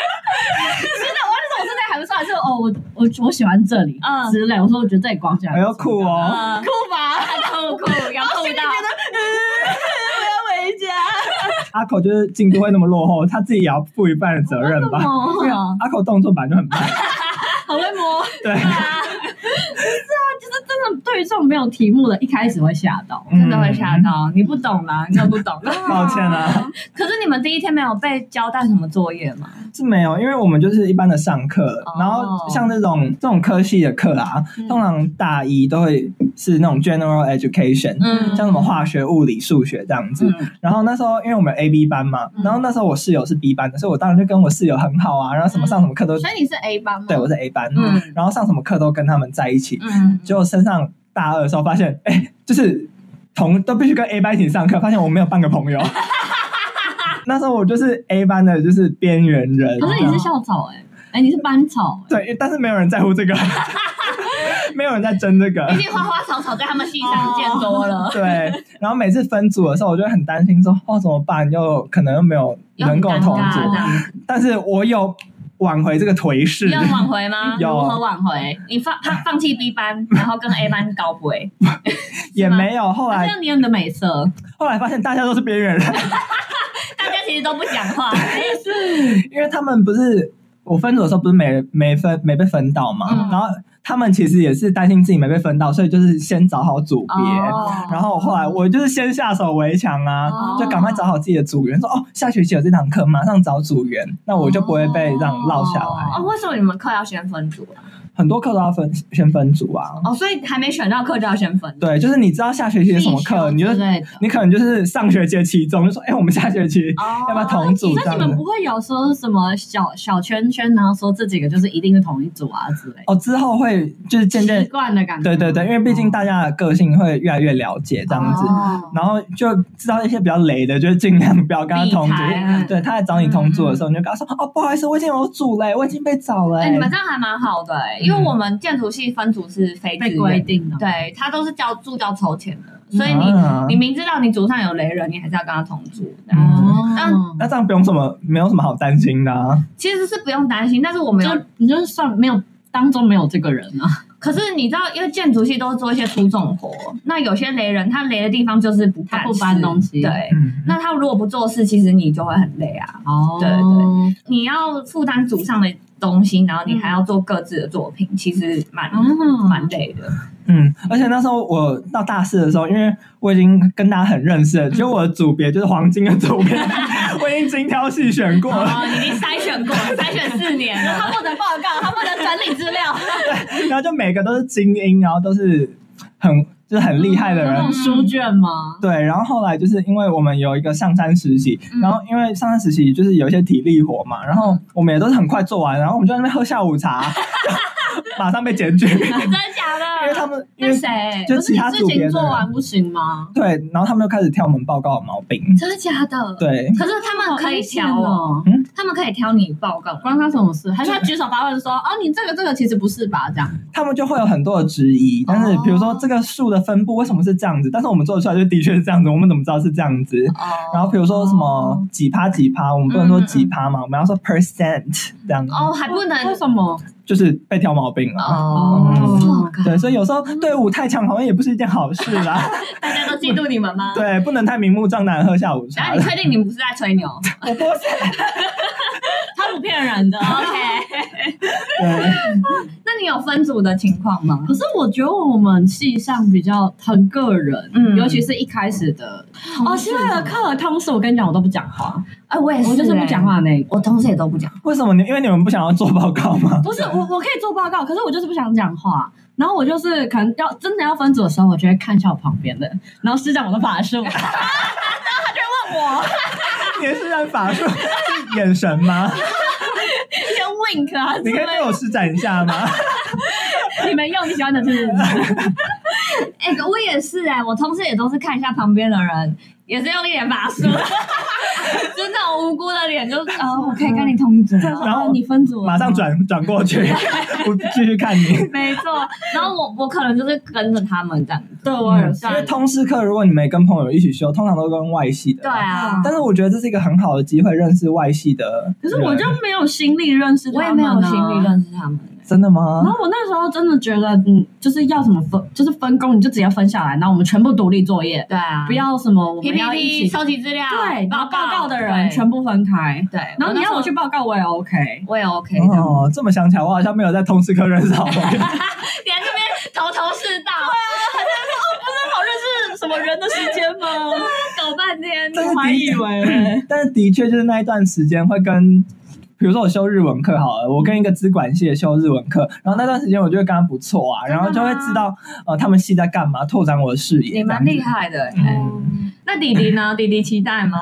Speaker 4: 我就说我这里还不错，还是哦，我我我喜欢这里，
Speaker 3: 嗯
Speaker 4: 之类。我说我觉得这里光线
Speaker 2: 哎
Speaker 4: 还
Speaker 2: 呦
Speaker 4: 不错
Speaker 2: 酷，哦！
Speaker 3: 嗯，
Speaker 4: 酷吧？
Speaker 3: 酷酷，有
Speaker 4: 哦
Speaker 3: 酷到。
Speaker 4: 我要回家。
Speaker 2: 阿口就是进度会那么落后，他自己也要负一半的责任吧？
Speaker 4: 哦，
Speaker 2: 阿口动作本来就很慢，
Speaker 4: 好会摸。
Speaker 2: 对，
Speaker 4: 就是真的，对于这种没有题目的，一开始会吓到。嗯
Speaker 3: 真的会吓到，你不懂啦，你真的不懂。
Speaker 2: 嗯。抱歉啊，
Speaker 3: 可是你们第一天没有被交代什么作业吗？
Speaker 2: 是没有，因为我们就是一般的上课，
Speaker 3: 哦
Speaker 2: 然后像这种这种科系的课啊，
Speaker 4: 嗯
Speaker 2: 通常大一都会是那种 general education，
Speaker 3: 嗯
Speaker 2: 像什么化学、物理、数学这样子。
Speaker 3: 嗯
Speaker 2: 然后那时候因为我们 A B 班嘛，然后那时候我室友是 B 班的，所以我当然就跟我室友很好啊，然后什么上什么课都、
Speaker 4: 所以你是 A 班吗
Speaker 2: 对我是 A 班，
Speaker 3: 嗯
Speaker 2: 然后上什么课都跟他们在一起。
Speaker 3: 嗯，
Speaker 2: 结果升上大二的时候发现，哎，就是同都必须跟 A 班一起上课，发现我没有半个朋友。 那时候我就是 A 班的，就是边缘人。
Speaker 3: 哦
Speaker 4: 可是你是校草哎，哎，你是班草哎。
Speaker 2: 对，但是没有人在乎这个， 没有人在争这个。
Speaker 3: 毕竟花花草草在他们系上见多了。
Speaker 2: 对，然后每次分组的时候，我就会很担心说，哦，怎么办？又可能又没有人跟我同
Speaker 3: 又很尴尬
Speaker 2: 组
Speaker 3: 这，样
Speaker 2: 但是我有挽回这个颓势
Speaker 3: 你，有挽回 吗？
Speaker 2: 有
Speaker 3: 如何挽回？你放他放弃 B 班，然后跟 A 班搞不 哎？
Speaker 2: 也没有。后
Speaker 4: 好
Speaker 2: 来
Speaker 4: 哎像你有你的美色，
Speaker 2: 后来发现大家都是边缘人，
Speaker 3: 大家其实都不讲 话。
Speaker 2: 因为他们不是我分组的时候不是没没分没被分到嘛，
Speaker 3: 嗯
Speaker 2: 然后他们其实也是担心自己没被分到，所以就是先找好组别。
Speaker 4: 哦
Speaker 2: 然后后来我就是先下手为强啊，
Speaker 3: 哦
Speaker 2: 就赶快找好自己的组员，说哦，下学期有这堂课，马上找组员，那我就不会被让落下来。
Speaker 3: 哦，为什么你们课要先分组啊？
Speaker 2: 很多课都要分先分组啊，
Speaker 3: 哦，所以还没选到课就要先分。
Speaker 2: 对，就是你知道下学期有什么课，你就
Speaker 4: 之类的。
Speaker 2: 你可能就是上学期的期中就说，哎、我们下学期
Speaker 3: 哦
Speaker 2: 要不要同组这
Speaker 4: 那
Speaker 2: 样
Speaker 4: 你们
Speaker 2: 子？
Speaker 4: 不会有说什么小小圈圈，然后说这几个就是一定是同一组啊之类的？
Speaker 2: 哦，之后会就是渐
Speaker 4: 习
Speaker 2: 渐，
Speaker 4: 惯的感觉。
Speaker 2: 对对对，因为毕竟大家的个性会越来越了解这样子，
Speaker 4: 哦
Speaker 2: 然后就知道一些比较雷的，就尽量不要跟他同
Speaker 3: 避
Speaker 2: 组
Speaker 3: 开啊。
Speaker 2: 对，他来找你同组的时候，你就跟他说，哦，不好意思，我已经有组嘞，我已经被找了、欸
Speaker 3: 哎，你们这样还蛮好的
Speaker 2: 嗯
Speaker 3: 欸，因为我们建筑系分组是非自
Speaker 4: 被规
Speaker 3: 愿，
Speaker 4: 定的。
Speaker 3: 对他都是叫助教筹钱的，所以你
Speaker 2: 啊
Speaker 3: 你明知道你组上有雷人，你还是要跟他同组这样。
Speaker 4: 哦，
Speaker 2: 那这样不用什么，没有什么好担心的、啊。
Speaker 3: 其实是不用担心，但是我们有
Speaker 4: 就你就算没有当中没有这个人啊，
Speaker 3: 可是你知道，因为建筑系都是做一些粗重活，那有些雷人他雷的地方就是不干
Speaker 4: 他不搬
Speaker 3: 事
Speaker 4: 东西
Speaker 3: 对。
Speaker 2: 嗯，
Speaker 3: 那他如果不做事，其实你就会很累啊。
Speaker 4: 哦
Speaker 3: 对对你要负担组上的东西，然后你还要做各自的作品，其实蛮
Speaker 4: 啊
Speaker 3: 蛮累的。
Speaker 2: 嗯，而且那时候我到大四的时候，因为我已经跟大家很认识了，就我的组别就是黄金的组别， 我已经精挑细选过了，
Speaker 3: 哦，你已经筛选过，筛选四年了。
Speaker 4: 负责报告，他负责整理资料，
Speaker 3: 嗯
Speaker 2: 然后就每个都是精英，然后都是很就是很厉害的
Speaker 3: 嗯
Speaker 4: 有那
Speaker 2: 人
Speaker 4: 种。书卷吗？
Speaker 2: 对，然后后来就是因为我们有一个上山实习，
Speaker 3: 嗯
Speaker 2: 然后因为上山实习就是有一些体力活嘛，然后我们也都是很快做完，然后我们就在那边喝下午茶， 马上被检举，因
Speaker 3: 真的假的？
Speaker 2: 为他们因
Speaker 3: 那
Speaker 2: 为
Speaker 3: 谁？
Speaker 2: 就
Speaker 4: 可是
Speaker 2: 其
Speaker 4: 你
Speaker 2: 他
Speaker 4: 事
Speaker 2: 组别的
Speaker 4: 情
Speaker 2: 人
Speaker 4: 做完不行吗？
Speaker 2: 对，然后他们又开始挑我们报告的毛病，
Speaker 1: 真的假的？，
Speaker 2: 对，
Speaker 3: 可是他们可以挑
Speaker 4: 好阴险
Speaker 3: 哦，
Speaker 4: 哦，
Speaker 3: 他们可以挑你报告
Speaker 4: 关他什么事？还是他举手发问说：“哦，你这个这个其实不是吧？”这样
Speaker 2: 他们就会有很多的质疑，但是比如说这个树的分布为什么是这样子，但是我们做出来就的确是这样子，我们怎么知道是这样子？
Speaker 1: 哦，
Speaker 2: 然后比如说什么几趴几趴，我们不能说几趴嘛，我们要说 percent 这样，
Speaker 3: 哦，还不能
Speaker 4: 为什么？
Speaker 2: 就是被挑毛病了。
Speaker 1: 哦
Speaker 4: 哦，
Speaker 2: 对，所以有时候队伍太强好像也不是一件好事啦。
Speaker 3: 大家都嫉妒你们吗？
Speaker 2: 对，不能太明目张胆喝下午
Speaker 3: 然
Speaker 2: 茶
Speaker 3: 后你。确定你不是在吹牛
Speaker 2: 我不是，
Speaker 4: 他不骗人 的。
Speaker 3: ？OK，
Speaker 2: 对，
Speaker 3: 那你有分组的情况吗？
Speaker 4: 可是我觉得我们系上比较很个人，
Speaker 3: 嗯
Speaker 4: 尤其是一开始的哦，希腊的课通识，我跟你讲，我都不讲话，
Speaker 3: 哎，我也
Speaker 4: 我就是哦不讲，话的那一个。
Speaker 1: 我同事也都不讲，
Speaker 2: 为什么你？因为你们不想要做报告吗？
Speaker 4: 不是我，我可以做报告，可是我就是不想讲话。然后我就是可能要真的要分组的时候，我就会看一下我旁边的人，然后施展我的法术。然后他就会问我，啊
Speaker 2: 你是在法术是眼神吗？
Speaker 4: 先 wink 啊，
Speaker 2: 你可以对我施展一下吗？
Speaker 4: 你们用你喜欢的字。
Speaker 3: 哎、我也是哎、我同事也都是看一下旁边的人，也是用一点法术，就那种无辜的脸，就哦，我可以跟你同组吗，
Speaker 2: 然后
Speaker 4: 你分组了
Speaker 2: 马上转转过 去，我继续看你。
Speaker 3: 没错。然后我我可能就是跟着他们这样，
Speaker 4: 对我也是
Speaker 2: 嗯因。为通识课，如果你没跟朋友一起修，通常都跟外系的。
Speaker 3: 对。啊，
Speaker 2: 但是我觉得这是一个很好的机会，认识外系的。
Speaker 4: 可是我就没有心力认识他
Speaker 3: 我也
Speaker 4: 们
Speaker 3: 没
Speaker 4: 啊
Speaker 3: 有心理。认识他们、
Speaker 2: 真的吗
Speaker 4: 然？后我那时候真的觉得，嗯，就是要怎么分，就是分工，你就直接分下来，然后我们全部独立作业，
Speaker 3: 对啊，
Speaker 4: 不要什么我们要一
Speaker 3: PPT
Speaker 4: 起
Speaker 3: 收集资料，
Speaker 4: 对，然
Speaker 3: 报
Speaker 4: 后报告的人
Speaker 3: 对
Speaker 4: 全部分开。
Speaker 3: 对。
Speaker 4: 然后你
Speaker 3: 那时
Speaker 4: 要
Speaker 3: 候
Speaker 4: 我去，报告，我也 OK。
Speaker 3: 我也 OK 的，
Speaker 2: 哦，这么想起来，我好像没有在通识课认识好朋友。
Speaker 3: 连这边头头是道，
Speaker 4: 好认识什么人的时间 吗？
Speaker 3: 搞半天，
Speaker 2: 真的
Speaker 4: 我还以为
Speaker 2: 但是的确就是那一段时间会跟，比如说我修日文课好了，我跟一个资管系的修日文课，然后那段时间我就会跟他不错啊，然后就会知道呃他们系在干嘛，拓展我的视野。
Speaker 3: 你嗯蛮厉害的、
Speaker 4: 嗯
Speaker 3: 哎那弟弟呢？弟弟期 待吗？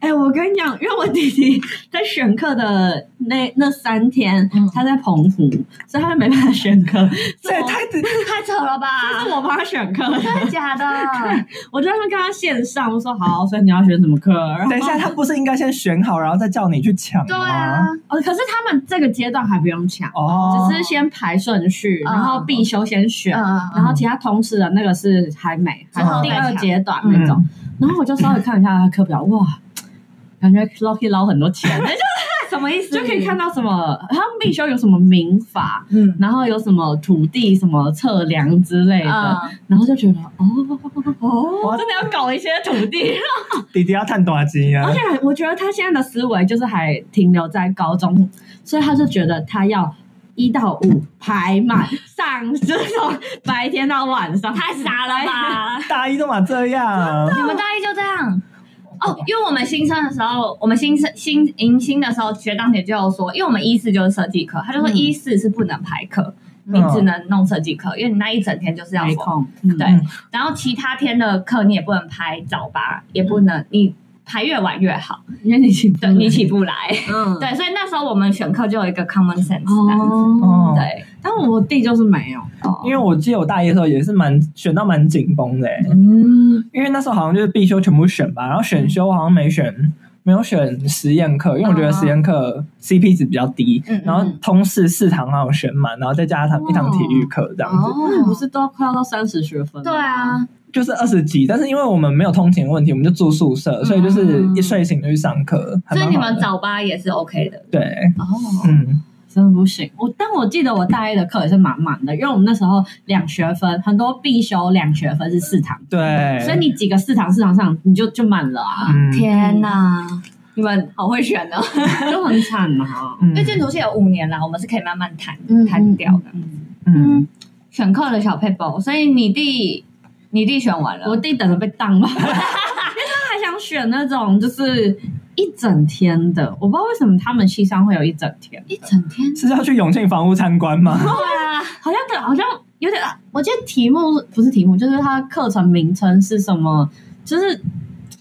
Speaker 4: 哎、我跟你讲，因为我弟弟在选课的那那三天，
Speaker 3: 嗯
Speaker 4: 他在澎湖，所以他就没办法选课，
Speaker 2: 这样子，这也太
Speaker 3: 太扯了吧
Speaker 4: 是！我帮他选课。
Speaker 3: 真的 假的？
Speaker 4: 我就跟他线上，我说好，所以你要选什么课？然后
Speaker 2: 等一下，他不是应该先选好，然后再叫你去抢吗？
Speaker 3: 对啊，
Speaker 4: 哦，可是他们这个阶段还不用抢，
Speaker 2: 哦，
Speaker 4: 只是先排顺序，
Speaker 3: 嗯
Speaker 4: 然后必修先选。
Speaker 3: 嗯
Speaker 4: 然后其他同事的那个是还没，
Speaker 3: 之
Speaker 4: 还
Speaker 2: 后
Speaker 4: 有第
Speaker 3: 再
Speaker 4: 二
Speaker 3: 抢嗯
Speaker 4: 阶段那种。然后我就稍微看一下他的课表，哇，感觉 Lucky 捞很多 钱，哎
Speaker 3: 什么意思？
Speaker 4: 就可以看，到什么他们必修有什么民法，
Speaker 3: 嗯
Speaker 4: 然后有什么土地什么测量之类的，
Speaker 3: 嗯，
Speaker 4: 然后就觉得哦，
Speaker 2: 哇
Speaker 4: 我真的要搞一些土地。
Speaker 2: 弟弟要探短机啊
Speaker 4: 而，且我觉得他现在的思维就是还停留在高中，所以他就觉得他要一到五排满上，就是从白天到晚上。
Speaker 3: 太傻了 吧！
Speaker 2: 大一都嘛这样，
Speaker 3: 你们大一就这样。哦，因为我们新生的时候，我们新生新迎新的时候，学长姐就有说，因为我们一四就是设计课，他就说
Speaker 4: 嗯
Speaker 3: 一四是不能排课，
Speaker 2: 嗯
Speaker 3: 你只能弄设计课，因为你那一整天就是要
Speaker 4: 没
Speaker 3: 说。
Speaker 4: 空，嗯
Speaker 3: 对，然后其他天的课你也不能排早八，也不能你排越晚越好，
Speaker 4: 因为你起
Speaker 3: 对你起不来。
Speaker 4: 嗯
Speaker 3: 对，所以那时候我们选课就有一个 common sense，这样
Speaker 4: 哦
Speaker 2: 哦，
Speaker 3: 对，哦
Speaker 4: 但我弟就是没有，
Speaker 2: 因为我记得我大一的时候也是蛮选到蛮紧绷的、欸，
Speaker 4: 嗯，
Speaker 2: 因为那时候好像就是必修全部选吧，然后选修好像没
Speaker 3: 嗯
Speaker 2: 选，没有选实验课，因为我觉得实验课 CP 值比较低，
Speaker 3: 哦嗯嗯
Speaker 2: 然后通识四堂好像选满，然后再加上一堂体育课这样
Speaker 3: 哦
Speaker 2: 子，
Speaker 4: 那你不是都要快要到三十学分？
Speaker 3: 对，啊，
Speaker 2: 就是二十几。但是因为我们没有通勤问题，我们就住宿舍，所以就是一睡醒就去上课，还
Speaker 3: 嗯所
Speaker 2: 蛮
Speaker 3: 以你
Speaker 2: 好的
Speaker 3: 们早八也是 OK
Speaker 4: 嗯
Speaker 3: 的
Speaker 2: 对，
Speaker 3: 哦。
Speaker 2: 嗯，
Speaker 4: 真的不行。我但我记得我大一的课也是满满的，因为我们那时候两学分，很多必修两学分是四堂，
Speaker 3: 嗯
Speaker 2: 对，
Speaker 4: 所以你几个四堂四堂上你就就满了啊，
Speaker 2: 嗯
Speaker 3: 天哪，你们好会选哦！
Speaker 4: 就很惨啊。
Speaker 2: 嗯
Speaker 3: 因为建筑系有五年啦，我们是可以慢慢谈
Speaker 4: 嗯
Speaker 3: 谈掉的。
Speaker 2: 嗯，
Speaker 3: 选课的小 paper，所以你弟你弟选完了，
Speaker 4: 我弟等着被当 吧，因为他还想选那种就是一整天的，我不知道为什么他们系上会有一整天，
Speaker 3: 一整天
Speaker 2: 是要去永庆房屋参观吗？
Speaker 3: 对啊，
Speaker 4: 好像好像有点，我记得题目不是题目，就是它课程名称是什么，就是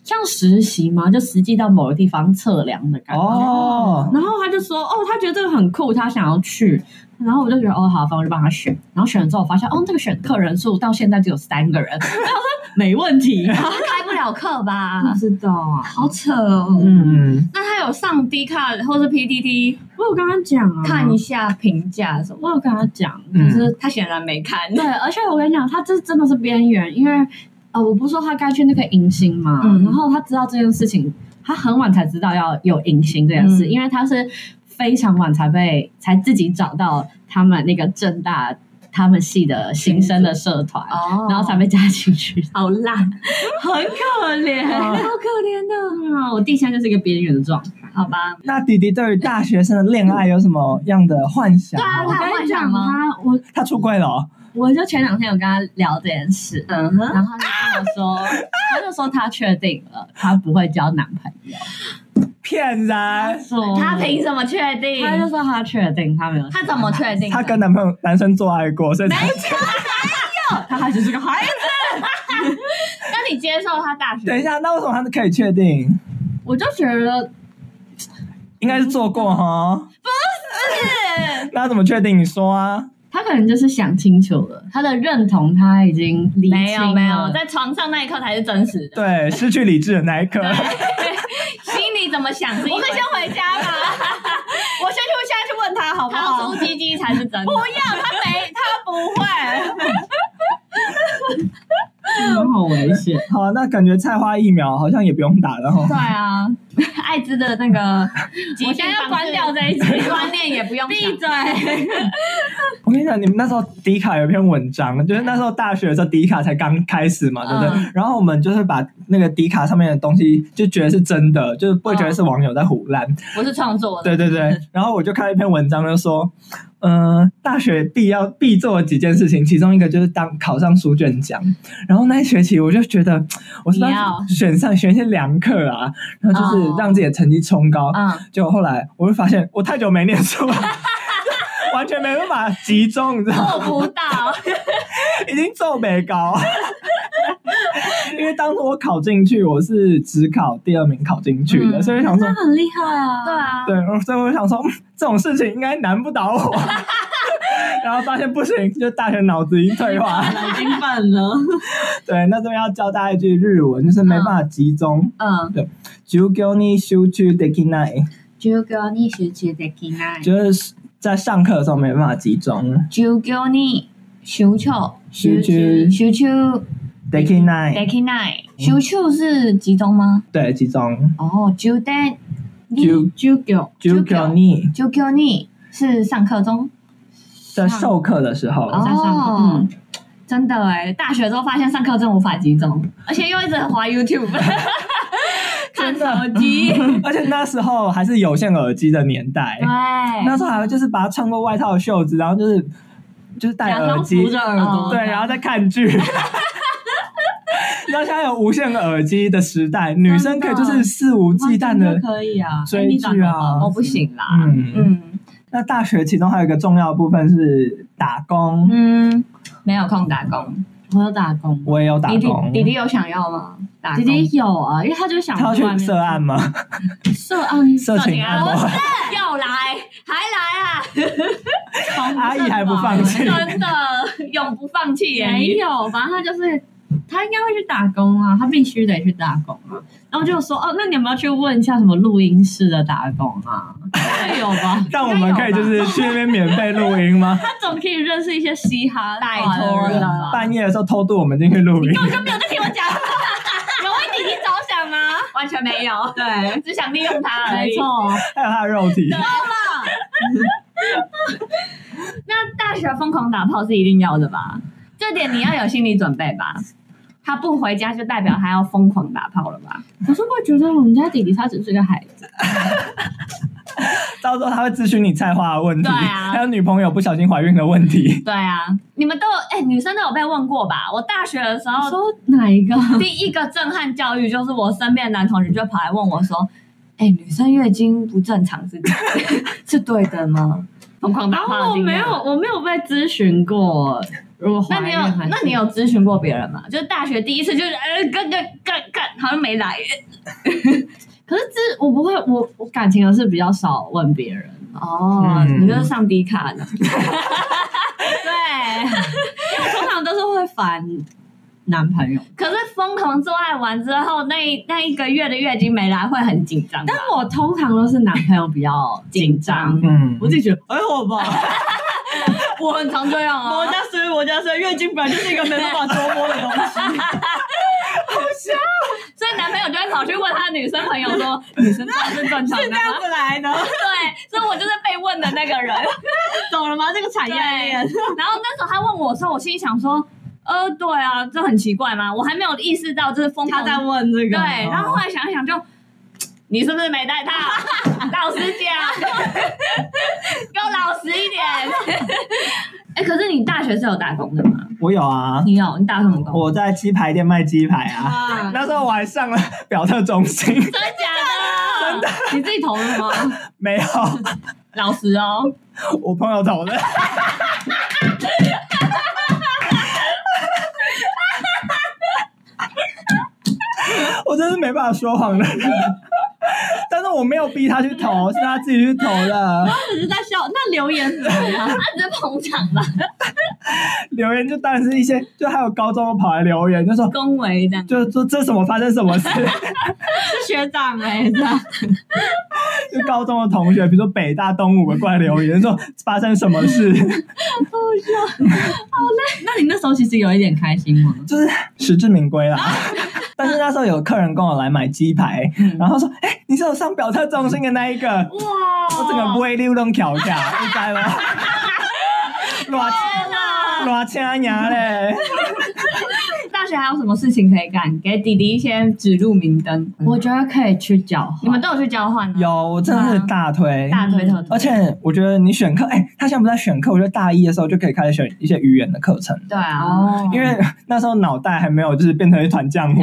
Speaker 4: 像实习嘛，就实际到某个地方测量的感觉。
Speaker 2: 哦，
Speaker 4: 然后他就说，哦，他觉得这个很酷，他想要去。然后我就觉得，哦，好，反正我就帮他选。然后选了之后，我发现，哦，这个选课人数到现在只有三个人。 然后我说没问 题，
Speaker 3: 开不了课吧？
Speaker 4: 知道啊。
Speaker 3: 好扯哦。
Speaker 2: 嗯，
Speaker 3: 那他有上 D 卡或是 PDD
Speaker 4: 我有跟他讲啊，
Speaker 3: 看一下评价什么？
Speaker 4: 我有跟他讲，
Speaker 2: 嗯
Speaker 4: 就是
Speaker 3: 他显然没看。
Speaker 4: 对，而且我跟你讲，他这真的是边缘，因为呃，我不是说他该去那个迎新嘛，
Speaker 3: 嗯
Speaker 4: 然后他知道这件事情，他很晚才知道要有迎新这件事，
Speaker 3: 嗯
Speaker 4: 因为他是非常晚才被才自己找到他们那个正大他们系的新生的社团。
Speaker 3: 哦
Speaker 4: 然后才被加进 去，
Speaker 3: 好烂，
Speaker 4: 很可 怜
Speaker 3: 好
Speaker 4: 啊！
Speaker 3: 可怜的。
Speaker 4: 我弟现在就是一个边缘的状态。
Speaker 3: 好吧，
Speaker 2: 那弟弟对于大学生的恋爱有什么样的幻想？
Speaker 3: 对啊
Speaker 4: 我
Speaker 3: 他
Speaker 4: 跟
Speaker 3: 幻
Speaker 4: 你
Speaker 3: 想
Speaker 4: 讲，
Speaker 3: 吗
Speaker 4: 他我
Speaker 2: 他出柜了哦，
Speaker 4: 我就前两天有跟他聊这件事，
Speaker 3: 嗯哼，
Speaker 4: 然后他就跟我 说，他就说他确定了，他不会交男朋友。
Speaker 2: 骗人！
Speaker 4: 说
Speaker 3: 他凭什么确定？
Speaker 4: 他就说他确定他没有，
Speaker 3: 他怎么确定的？
Speaker 2: 她跟男朋友男生做爱过，所以才
Speaker 4: 他还是这个孩子？
Speaker 3: 那你接受他大学？
Speaker 2: 等一下，那为什么他可以确定？
Speaker 4: 我就觉得
Speaker 2: 应该是做过哈？不是， 那怎么确定？你说啊？
Speaker 4: 他可能就是想清楚了，他的认同他已经理清
Speaker 3: 没有
Speaker 4: 了
Speaker 3: 没有，在床上那一刻才是真实的。
Speaker 2: 对，失去理智的那一刻，
Speaker 3: 心里怎么想是一回事？
Speaker 4: 我们先回家 吧，我先去现在去问他好不
Speaker 3: 掏
Speaker 4: 好
Speaker 3: 出？鸡鸡才是真的
Speaker 4: 不。要，他没，他不会。好危 险！
Speaker 2: 好，那感觉菜花疫苗好像也不用打了哦哈。
Speaker 3: 对啊，艾滋的那个，
Speaker 4: 我现在要关掉这一集
Speaker 3: 观念也不用想
Speaker 4: 闭嘴！
Speaker 2: 我跟你讲，你们那时候迪卡有一篇文章，就是那时候大学的时候，迪卡才刚开始嘛，对不对？
Speaker 3: 嗯
Speaker 2: 然后我们就是把那个迪卡上面的东西就觉得是真的，就是不会觉得是网友在胡乱。
Speaker 3: 不是创作的。
Speaker 2: 对对 对。然后我就看了一篇文章，就说，嗯、大学必要必做的几件事情，其中一个就是当考上书卷奖。然后那一学期我就觉得，我是不是
Speaker 3: 你要
Speaker 2: 选上选一些良课啊，然后就是
Speaker 3: 哦
Speaker 2: 让自己的成绩冲高。
Speaker 3: 嗯，
Speaker 2: 就后来我就发现，我太久没念书了。 完全没办法集中，你知道吗？
Speaker 3: 做不到。
Speaker 2: 已经皱眉高。 因为当初我考进去，我是只考第二名考进去的，
Speaker 3: 嗯
Speaker 2: 所以想说，
Speaker 4: 很厉害啊
Speaker 3: 对啊，
Speaker 2: 对，所以我想说嗯这种事情应该难不倒我。 然后发现不行，就大学脑子已经退化。
Speaker 4: 脑筋笨了。
Speaker 2: 对，那这边要教大家一句日文，就是没办法集中。
Speaker 3: 嗯，
Speaker 2: 就教你休去 d e k i n i
Speaker 3: 就给你学习的进来，
Speaker 2: 就是在上课的时候没办法集中。
Speaker 3: 就给你修球，
Speaker 2: 修球
Speaker 3: 修球
Speaker 2: d e k i n i
Speaker 3: d e k i n i 修球是集中吗？
Speaker 2: 对，集中。
Speaker 3: 哦，就等
Speaker 2: 就
Speaker 3: 就给
Speaker 2: 就教你
Speaker 3: 就给你是上课中。
Speaker 2: 在授课的时候，
Speaker 3: 哦，
Speaker 4: 在上课嗯
Speaker 3: 真的哎，大学之后发现上课真的无法集中，而且又一直滑 YouTube，看手机。
Speaker 2: 而且那时候还是有线耳机的年代
Speaker 3: 对，，
Speaker 2: 那时候还会就是把它穿过外套的袖子，然后就是就是戴
Speaker 4: 假
Speaker 2: 耳
Speaker 4: 装
Speaker 2: 机
Speaker 4: 扶，着耳朵，
Speaker 2: 对，然后再看剧。 你知道现在有无线耳机的时代，女生可以就是肆无忌惮
Speaker 4: 完
Speaker 2: 的
Speaker 4: 全就。可以啊，
Speaker 2: 追
Speaker 4: 哎你长
Speaker 2: 剧
Speaker 4: 得
Speaker 2: 啊
Speaker 4: 好
Speaker 3: 我不行啦。
Speaker 2: 嗯，
Speaker 3: 嗯
Speaker 2: 那大学其中还有一个重要部分是打工，
Speaker 3: 嗯，没有空打工。
Speaker 4: 我有打工，
Speaker 2: 我也有打
Speaker 3: 弟弟
Speaker 2: 工。
Speaker 3: 弟弟有想要吗？打
Speaker 4: 弟
Speaker 3: 工
Speaker 4: 弟有啊，因为他就想
Speaker 2: 他要去涉案吗？
Speaker 3: 啊
Speaker 4: 涉案，
Speaker 2: 色情按摩
Speaker 3: 不，是又来还来 啊！
Speaker 2: 阿姨还不放弃。
Speaker 3: 真的永不放弃耶！
Speaker 4: 没有，反正他就是他应该会去打工啊，他必须得去打工啊。然后我就说哦，那你有没有去问一下什么录音室的打工啊？会有吧？
Speaker 2: 但我们可以就是去那边免费录音吗？
Speaker 4: 他总可以认识一些嘻哈
Speaker 3: 拜
Speaker 4: 挂的
Speaker 3: 托
Speaker 4: 人
Speaker 3: 了
Speaker 4: 吧。
Speaker 2: 半夜的时候偷渡我们进去录音
Speaker 4: 根，本就没有在听我 讲话，有为弟弟着想吗？
Speaker 3: 完全没有，
Speaker 4: 对，
Speaker 3: 只想利用他而
Speaker 4: 没
Speaker 3: 已。
Speaker 4: 错。
Speaker 2: 还有他的肉体。
Speaker 3: 那大学疯狂打炮是一定要的吧？这点你要有心理准备吧。他不回家就代表他要疯狂打炮了吧？
Speaker 4: 可是我觉得我们家弟弟他只是个孩子，
Speaker 2: 到时候他会咨询你菜花的问题，
Speaker 3: 对啊
Speaker 2: 还有女朋友不小心怀孕的问题。
Speaker 3: 对啊，你们都有哎、女生都有被问过吧？我大学的时
Speaker 4: 你
Speaker 3: 候，
Speaker 4: 说哪一个？
Speaker 3: 第一个震撼教育就是我身边的男同学就跑 来问我说：“哎、女生月经不正常是是对的吗？”
Speaker 4: 疯狂打
Speaker 3: 然
Speaker 4: 炮
Speaker 3: 后
Speaker 4: 的
Speaker 3: 我
Speaker 4: 经
Speaker 3: 没
Speaker 4: 验
Speaker 3: 有，哦我没有被咨询过。
Speaker 4: 如果
Speaker 3: 那
Speaker 4: 怀
Speaker 3: 你
Speaker 4: 孕
Speaker 3: 有
Speaker 4: 还是
Speaker 3: 那你有咨询过别人吗？就是大学第一次就是呃干干干干，好像没来。
Speaker 4: 可是这我不会，我我感情的事比较少问别人。
Speaker 3: 哦，
Speaker 2: 嗯
Speaker 3: 你就是上迪卡 的。对，
Speaker 4: 通常都是会烦男朋友，
Speaker 3: 可是疯狂做爱完之后，那一那一个月的月经没来会很紧张吧。啊
Speaker 4: 但我通常都是男朋友比较紧张。
Speaker 2: 嗯，
Speaker 4: 我自己觉得，哎我吧，
Speaker 3: 我很常这样
Speaker 5: 我
Speaker 3: 啊。
Speaker 5: 家衰，我家衰，月经本来就是一个没办法捉摸的东西。
Speaker 3: 所以男朋友就会跑去问他女生朋友说：“女生这样 是正常
Speaker 5: 是
Speaker 3: 的
Speaker 5: 这样
Speaker 3: 吗，
Speaker 5: 子来 的？”
Speaker 3: 对，所以我就是被问的那 个人。
Speaker 5: 懂了吗？这个产业
Speaker 3: 对
Speaker 5: 链，，
Speaker 3: 然后那时候他问我的时候，我心里想说：“呃，对啊，这很奇怪吗？我还没有意识到这是疯
Speaker 5: 他
Speaker 3: 狂
Speaker 5: 在问这个。哦
Speaker 3: 对，然后后来想一想就，你是不是没带套？老实讲，给我老实一点。哎、可是你大学是有打工的吗？
Speaker 2: 我有啊，
Speaker 3: 你有，你打什么工？
Speaker 2: 我在鸡排店卖鸡排啊，
Speaker 5: 啊，
Speaker 2: 那时候我还上了 表特中心，
Speaker 3: 真的假的？真的？你自己投的吗？
Speaker 2: 没有，
Speaker 3: 老实哦，
Speaker 2: 我朋友投的。我真是没办法说谎的人，但是我没有逼他去投，是他自己去投的。
Speaker 5: 只是在笑。那留言是怎么样？
Speaker 3: 他只是捧场吧，
Speaker 2: 留言就当然是一些，就还有高中跑来留言，就说
Speaker 3: 恭维这样。
Speaker 2: 就说这什么发生什么事，
Speaker 5: 是学长哎，这样
Speaker 2: 就高中的同学，比如说北大东吴的过来留言说发生什么事，
Speaker 5: 那你那时候其实有一点开心吗？
Speaker 2: 就是实至名归啦。但是那时候有客人跟我来买鸡排，然后说：“哎、你是有上表特中心的那一个？”
Speaker 3: 哇！
Speaker 2: 我整个不会溜动桥架，你知道吗？热热青牙啊嘞！
Speaker 3: 大学还有什么事情可以干？给弟弟一些指路明灯。嗯
Speaker 4: 我觉得可以去交换。
Speaker 3: 你们都有去交换啊？
Speaker 2: 有，我真的是大推。
Speaker 3: 大推特推。
Speaker 2: 而且我觉得你选课，哎、他现在不在选课，我觉得大一的时候就可以开始选一些语言的课程，
Speaker 3: 对啊，
Speaker 4: 哦，
Speaker 2: 因为那时候脑袋还没有就是变成一团浆糊，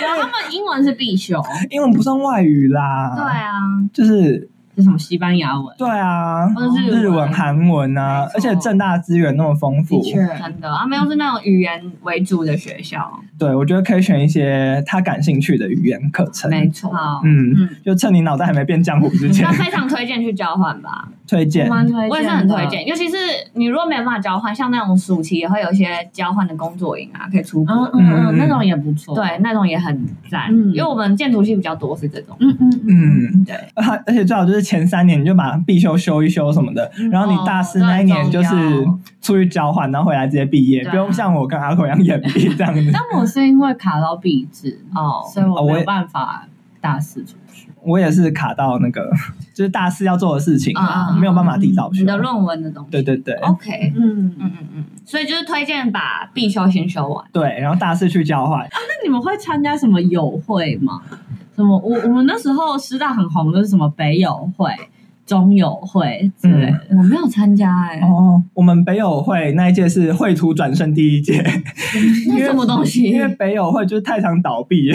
Speaker 4: 他们英文是必修，
Speaker 2: 英文不算外语啦。
Speaker 3: 对，啊，
Speaker 2: 就是
Speaker 4: 是什么西班牙文？
Speaker 2: 对啊，
Speaker 3: 或者是
Speaker 2: 日文、韩文啊
Speaker 3: 哦没，错
Speaker 2: 而且正大资源那么丰富，
Speaker 3: 真的，他们又是那种语言为主的学校，
Speaker 2: 对我觉得可以选一些他感兴趣的语言课程。
Speaker 3: 没错。
Speaker 2: 嗯，
Speaker 3: 嗯，
Speaker 2: 就趁你脑袋还没变浆糊之前
Speaker 3: 那，非常推荐去交 换吧，
Speaker 2: 推荐。
Speaker 4: 蛮推荐的
Speaker 3: 我也是很推。荐。尤其是你如果没有办法交换，像那种暑期也会有一些交换的工作营啊，可以出国，
Speaker 4: 嗯嗯嗯，那种也不错。
Speaker 3: 对，那种也很赞。
Speaker 4: 嗯
Speaker 3: 因为我们建筑系比较多是这种，
Speaker 4: 嗯，嗯嗯
Speaker 2: 嗯，
Speaker 3: 对，
Speaker 2: 而而且最好就是前三年你就把必修修一修什么的，
Speaker 3: 嗯
Speaker 2: 然后你大四那一年
Speaker 3: 哦
Speaker 2: 就是出去交换，然后回来直接毕业，
Speaker 3: 对啊
Speaker 2: 不用像我跟阿口一样延毕这样 子。
Speaker 4: 但我是因为卡到壁纸，
Speaker 3: 哦，
Speaker 4: 所以我
Speaker 2: 哦我
Speaker 4: 没
Speaker 2: 也
Speaker 4: 有办法大四出去。
Speaker 2: 我也是卡到那个，就是大四要做的事情
Speaker 3: 啊，
Speaker 2: 没有办法提早
Speaker 3: 你
Speaker 2: 修。
Speaker 3: 的哦论文的东西。
Speaker 2: 对对对
Speaker 3: OK，
Speaker 4: 嗯，
Speaker 3: 嗯嗯嗯，所以就是推荐把必修先修完。
Speaker 2: 对，然后大四去交换，
Speaker 4: 那你们会参加什么友会吗？什么？我我们那时候师大很红的是什么北友会、中友会之类的。
Speaker 3: 我没有参加哎、
Speaker 2: 哦，我们北友会那一届是绘图转身第一届，
Speaker 3: 那什么东西
Speaker 2: 因？为北友会就是太常倒闭，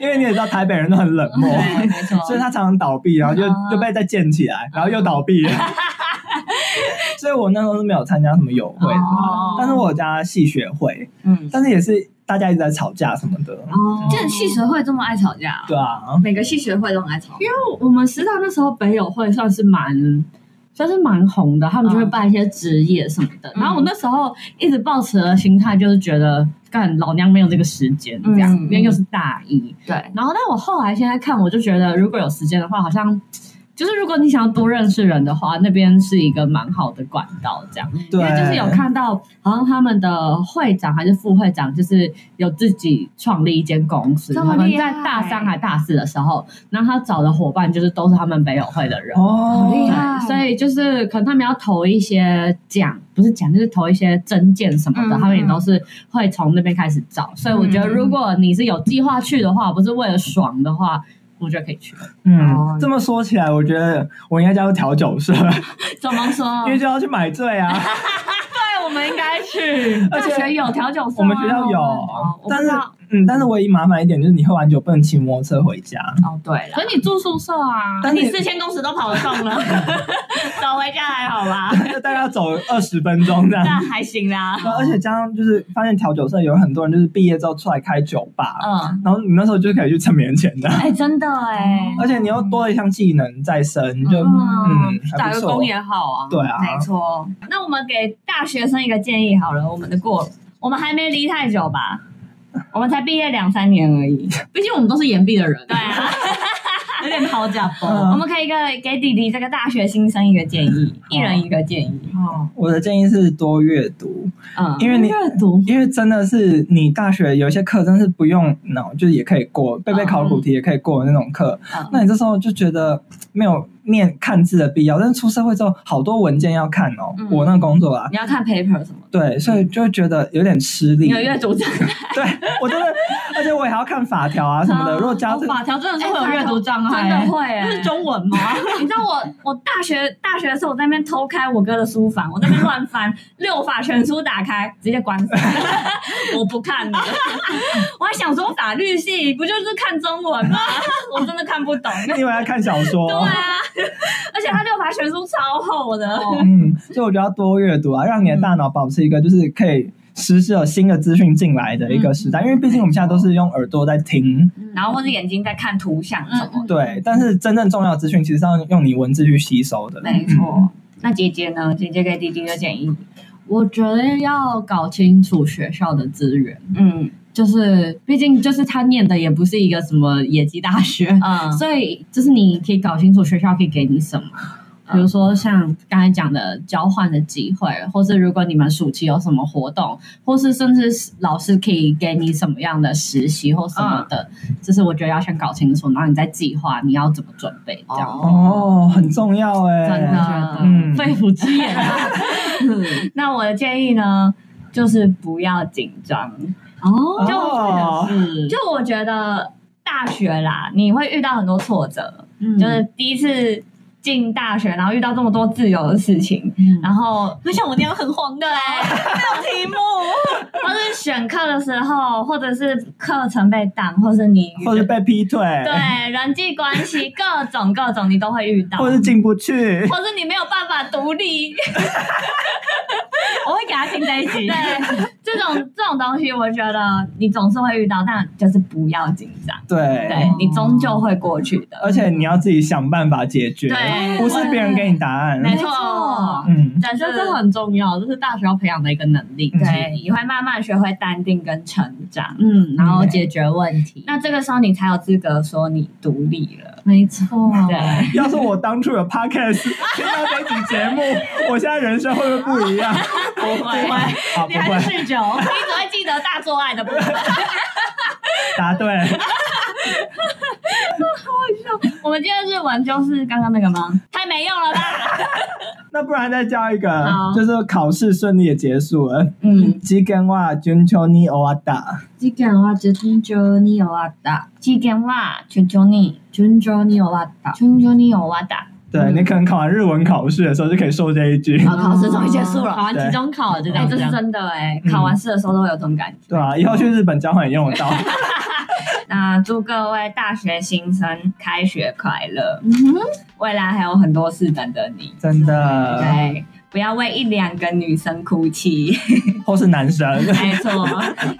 Speaker 2: 因为你也知道台北人都很冷 漠，
Speaker 4: 对，没错。
Speaker 2: 所以他常常倒闭，然后就
Speaker 3: 啊
Speaker 2: 就被再建起来，然后又倒闭。 所以我那时候是没有参加什么友会的，
Speaker 3: 哦
Speaker 2: 但是我有加戏学会，
Speaker 3: 嗯，
Speaker 2: 但是也是大家一直在吵架什么的，
Speaker 4: 哦
Speaker 3: 这系学会这么爱吵架啊、
Speaker 2: 对啊，
Speaker 3: 每个系学会都很爱吵架。
Speaker 4: 我们师大那时候北友会算是蛮。算是蛮红的，他们就会办一些职业什么的。
Speaker 3: 嗯
Speaker 4: 然后我那时候一直抱持的心态就是觉得，干老娘没有这个时间这样，
Speaker 3: 嗯
Speaker 4: 因为又是大一。
Speaker 3: 对，
Speaker 4: 然后，但我后来现在看，我就觉得如果有时间的话，好像就是如果你想要多认识人的话，那边是一个蛮好的管道，这样。因
Speaker 2: 对，
Speaker 4: 为就是有看到，好像他们的会长还是副会长，就是有自己创立一间公司。
Speaker 3: 这
Speaker 4: 他
Speaker 3: 么
Speaker 4: 们
Speaker 3: 厉害
Speaker 4: 在大三还大四的时候，然后他找的伙伴就是都是他们北友会的人。
Speaker 2: 哦
Speaker 3: 好厉害
Speaker 4: 对，所以就是可能他们要投一些奖，不是奖，就是投一些证件什么的，
Speaker 3: 嗯
Speaker 4: 他们也都是会从那边开始找。所以我觉得，
Speaker 3: 嗯
Speaker 4: 如果你是有计划去的话，不是为了爽的话，我觉得可以去。
Speaker 3: 哦
Speaker 2: 嗯，这么说起来，我觉得我应该加入调酒社，
Speaker 3: 怎么说
Speaker 2: 因？为就要去买醉啊，
Speaker 4: 对，我们应该去。
Speaker 2: 而
Speaker 3: 大
Speaker 2: 且
Speaker 3: 学有调酒社吗
Speaker 2: 我们学校有
Speaker 3: 哦我不
Speaker 2: 但
Speaker 3: 知
Speaker 2: 是
Speaker 3: 道
Speaker 2: 嗯，但是唯一麻烦一点就是你喝完酒不能骑摩托车回家，
Speaker 3: 哦，对了，
Speaker 6: 可你住宿舍啊，
Speaker 2: 但
Speaker 3: 你
Speaker 2: 是
Speaker 3: 四千公尺都跑得动 了，走回家还好 吧？
Speaker 2: 大概要走二十分钟这样。
Speaker 3: 那还行啦。
Speaker 2: 然后而且加上就是发现调酒社有很多人就是毕业之后出来开酒吧，
Speaker 3: 嗯，
Speaker 2: 然后你那时候就可以去蹭别人钱的，
Speaker 3: 哎，真的哎，
Speaker 2: 而且你又多了一项技能在身，就嗯
Speaker 3: 嗯，
Speaker 2: 还
Speaker 6: 打
Speaker 2: 不
Speaker 6: 个
Speaker 2: 错
Speaker 6: 工。也好啊。
Speaker 2: 对啊，
Speaker 3: 没错。那我们给大学生一个建议好了，我们的过，我们还没离太久吧？我们才毕业两三年而已。
Speaker 6: 毕竟我们都是岩壁的人，
Speaker 3: 对啊，
Speaker 6: 有点好哦假包。
Speaker 2: 嗯
Speaker 3: 我们可以一个给弟弟这个大学新生一个建议，一人一个建议。
Speaker 6: 哦，
Speaker 2: 我的建议是多阅读，
Speaker 3: 嗯，
Speaker 2: 因为你。
Speaker 6: 阅读
Speaker 2: 因为真的是你大学有一些课真是不用脑，就是也可以过，背背考古题也可以过的那种课。
Speaker 3: 嗯
Speaker 2: 那你这时候就觉得没有念看字的必要，但是出社会之后好多文件要看哦。
Speaker 3: 嗯
Speaker 2: 我那工作啊，
Speaker 3: 你要看 paper 什么？
Speaker 2: 对，所以就会觉得有点吃力。
Speaker 3: 你有阅 读障碍？
Speaker 2: 对我真的，而且我也还要看法条啊什么的。
Speaker 3: 啊
Speaker 2: 如果加
Speaker 6: 哦
Speaker 2: 这，
Speaker 6: 法条真的是会有阅读障碍，
Speaker 3: 真的
Speaker 6: 那
Speaker 3: 会欸
Speaker 6: 是中文吗？
Speaker 3: 你知道我我大学大学的时候，我在那边偷开我哥的书房，我在那边乱翻 《六法全书》，打开直接关上， 我不看了。我还想说法律系不就是看中文 吗？我真的看不懂。
Speaker 6: 哦
Speaker 2: 你以为要看小说？
Speaker 3: 对啊，而且他《六法全书》超厚的。
Speaker 6: 哦
Speaker 2: 嗯，所以我觉得要多阅读啊，让你的
Speaker 3: 嗯
Speaker 2: 大脑保持一个就是可以实时有新的资讯进来的一个时
Speaker 3: 嗯
Speaker 2: 代，因为毕竟我们现在都是用耳朵在听，
Speaker 3: 然后或是眼睛在看图像什
Speaker 6: 嗯
Speaker 3: 么的，
Speaker 2: 对，但是真正重要的资讯其实是要用你文字去吸收的。
Speaker 3: 没错。那姐姐呢？姐姐给弟弟的建议，
Speaker 6: 我觉得要搞清楚学校的资源，
Speaker 3: 嗯
Speaker 6: 就是毕竟就是他念的也不是一个什么野鸡大学，
Speaker 3: 嗯
Speaker 6: 所以就是你可以搞清楚学校可以给你什么。
Speaker 3: 嗯
Speaker 6: 比如说像刚才讲的交换的机会，或是如果你们暑期有什么活动，或是甚至是老师可以给你什么样的实习或什么的，
Speaker 3: 嗯
Speaker 6: 就是我觉得要先搞清楚，然后你再计划你要怎么准备这样。
Speaker 2: 哦，很重要哎、
Speaker 6: 真的，
Speaker 2: 嗯
Speaker 6: 肺腑之言啊！
Speaker 3: 那我的建议呢，就是不要紧张。
Speaker 6: 哦
Speaker 2: 就哦
Speaker 6: 是
Speaker 3: 就我觉得大学啦，你会遇到很多挫折，
Speaker 4: 嗯
Speaker 3: 就是第一次进大学，然后遇到这么多自由的事情，
Speaker 6: 嗯
Speaker 3: 然后
Speaker 4: 不嗯像我那样很慌
Speaker 3: 对， 没有题目，或是选课的时候，或者是课程被挡，或是你
Speaker 2: 或者是被劈腿，
Speaker 3: 对啊人际关系各种各种你都会遇到，
Speaker 2: 或者是进不 去。
Speaker 3: 或是你没有办法独立，
Speaker 6: 我会给他听在一起
Speaker 3: 对这种这种东西，我觉得你总是会遇到，但就是不要紧张，
Speaker 2: 对，
Speaker 3: 对你终究会过去的，
Speaker 2: 而且你要自己想办法解决，
Speaker 3: 对
Speaker 2: 不是别人给你答案。
Speaker 3: 没
Speaker 6: 没错
Speaker 3: 错，
Speaker 2: 嗯，
Speaker 3: 但是
Speaker 6: 这这很重要，这是大学要培养的一个能力。
Speaker 3: 对，，你会慢慢学会淡定跟成长。
Speaker 6: 嗯，然后解决问题。
Speaker 3: 那这个时候你才有资格说你独立了。
Speaker 6: 没错，
Speaker 3: 对，
Speaker 2: 要是我当初有 podcast 听到这集节目，我现在人生会不会不一样？不
Speaker 3: 会
Speaker 2: 好，不会，
Speaker 6: 酗酒，
Speaker 3: 你只会记得大做爱的部 分。
Speaker 2: 答对。
Speaker 3: 我们今天日文就是刚刚那个吗？太没用了吧？
Speaker 2: 那不然再教一个
Speaker 3: 好，
Speaker 2: 就是考试顺利的结束了。
Speaker 3: 嗯，
Speaker 2: 基根话君秋尼欧阿达，
Speaker 6: 你讲话就听着你有啊哒，
Speaker 3: 期间は求求你，
Speaker 6: 听着你有啊哒。
Speaker 3: 求求你有我打。
Speaker 2: 对你可能考完日文考试的时候就可以说这一句，
Speaker 3: 嗯好，考试终于结 束
Speaker 6: 考
Speaker 3: 了。
Speaker 6: 完期中考了就这
Speaker 3: 哎，
Speaker 6: 样
Speaker 3: 这是真的哎，考完试的时候都会有这种感觉。
Speaker 2: 对啊吧、以后去日本交换也用得到。
Speaker 3: 那祝各位大学新生开学快乐！未来还有很多事等着你。
Speaker 2: 真的，
Speaker 3: 对，不要为一两个女生哭泣。
Speaker 2: 或是男 生，
Speaker 3: 没错，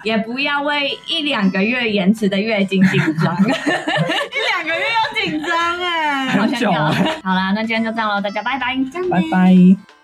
Speaker 3: 也不要为一两个月延迟的月经紧张，
Speaker 4: 两个月要紧张哎。
Speaker 3: 好
Speaker 2: 很
Speaker 3: 想
Speaker 2: 久
Speaker 3: 要
Speaker 2: 欸，。
Speaker 3: 好啦，那今天就这样喽，大家拜拜，
Speaker 2: 拜拜。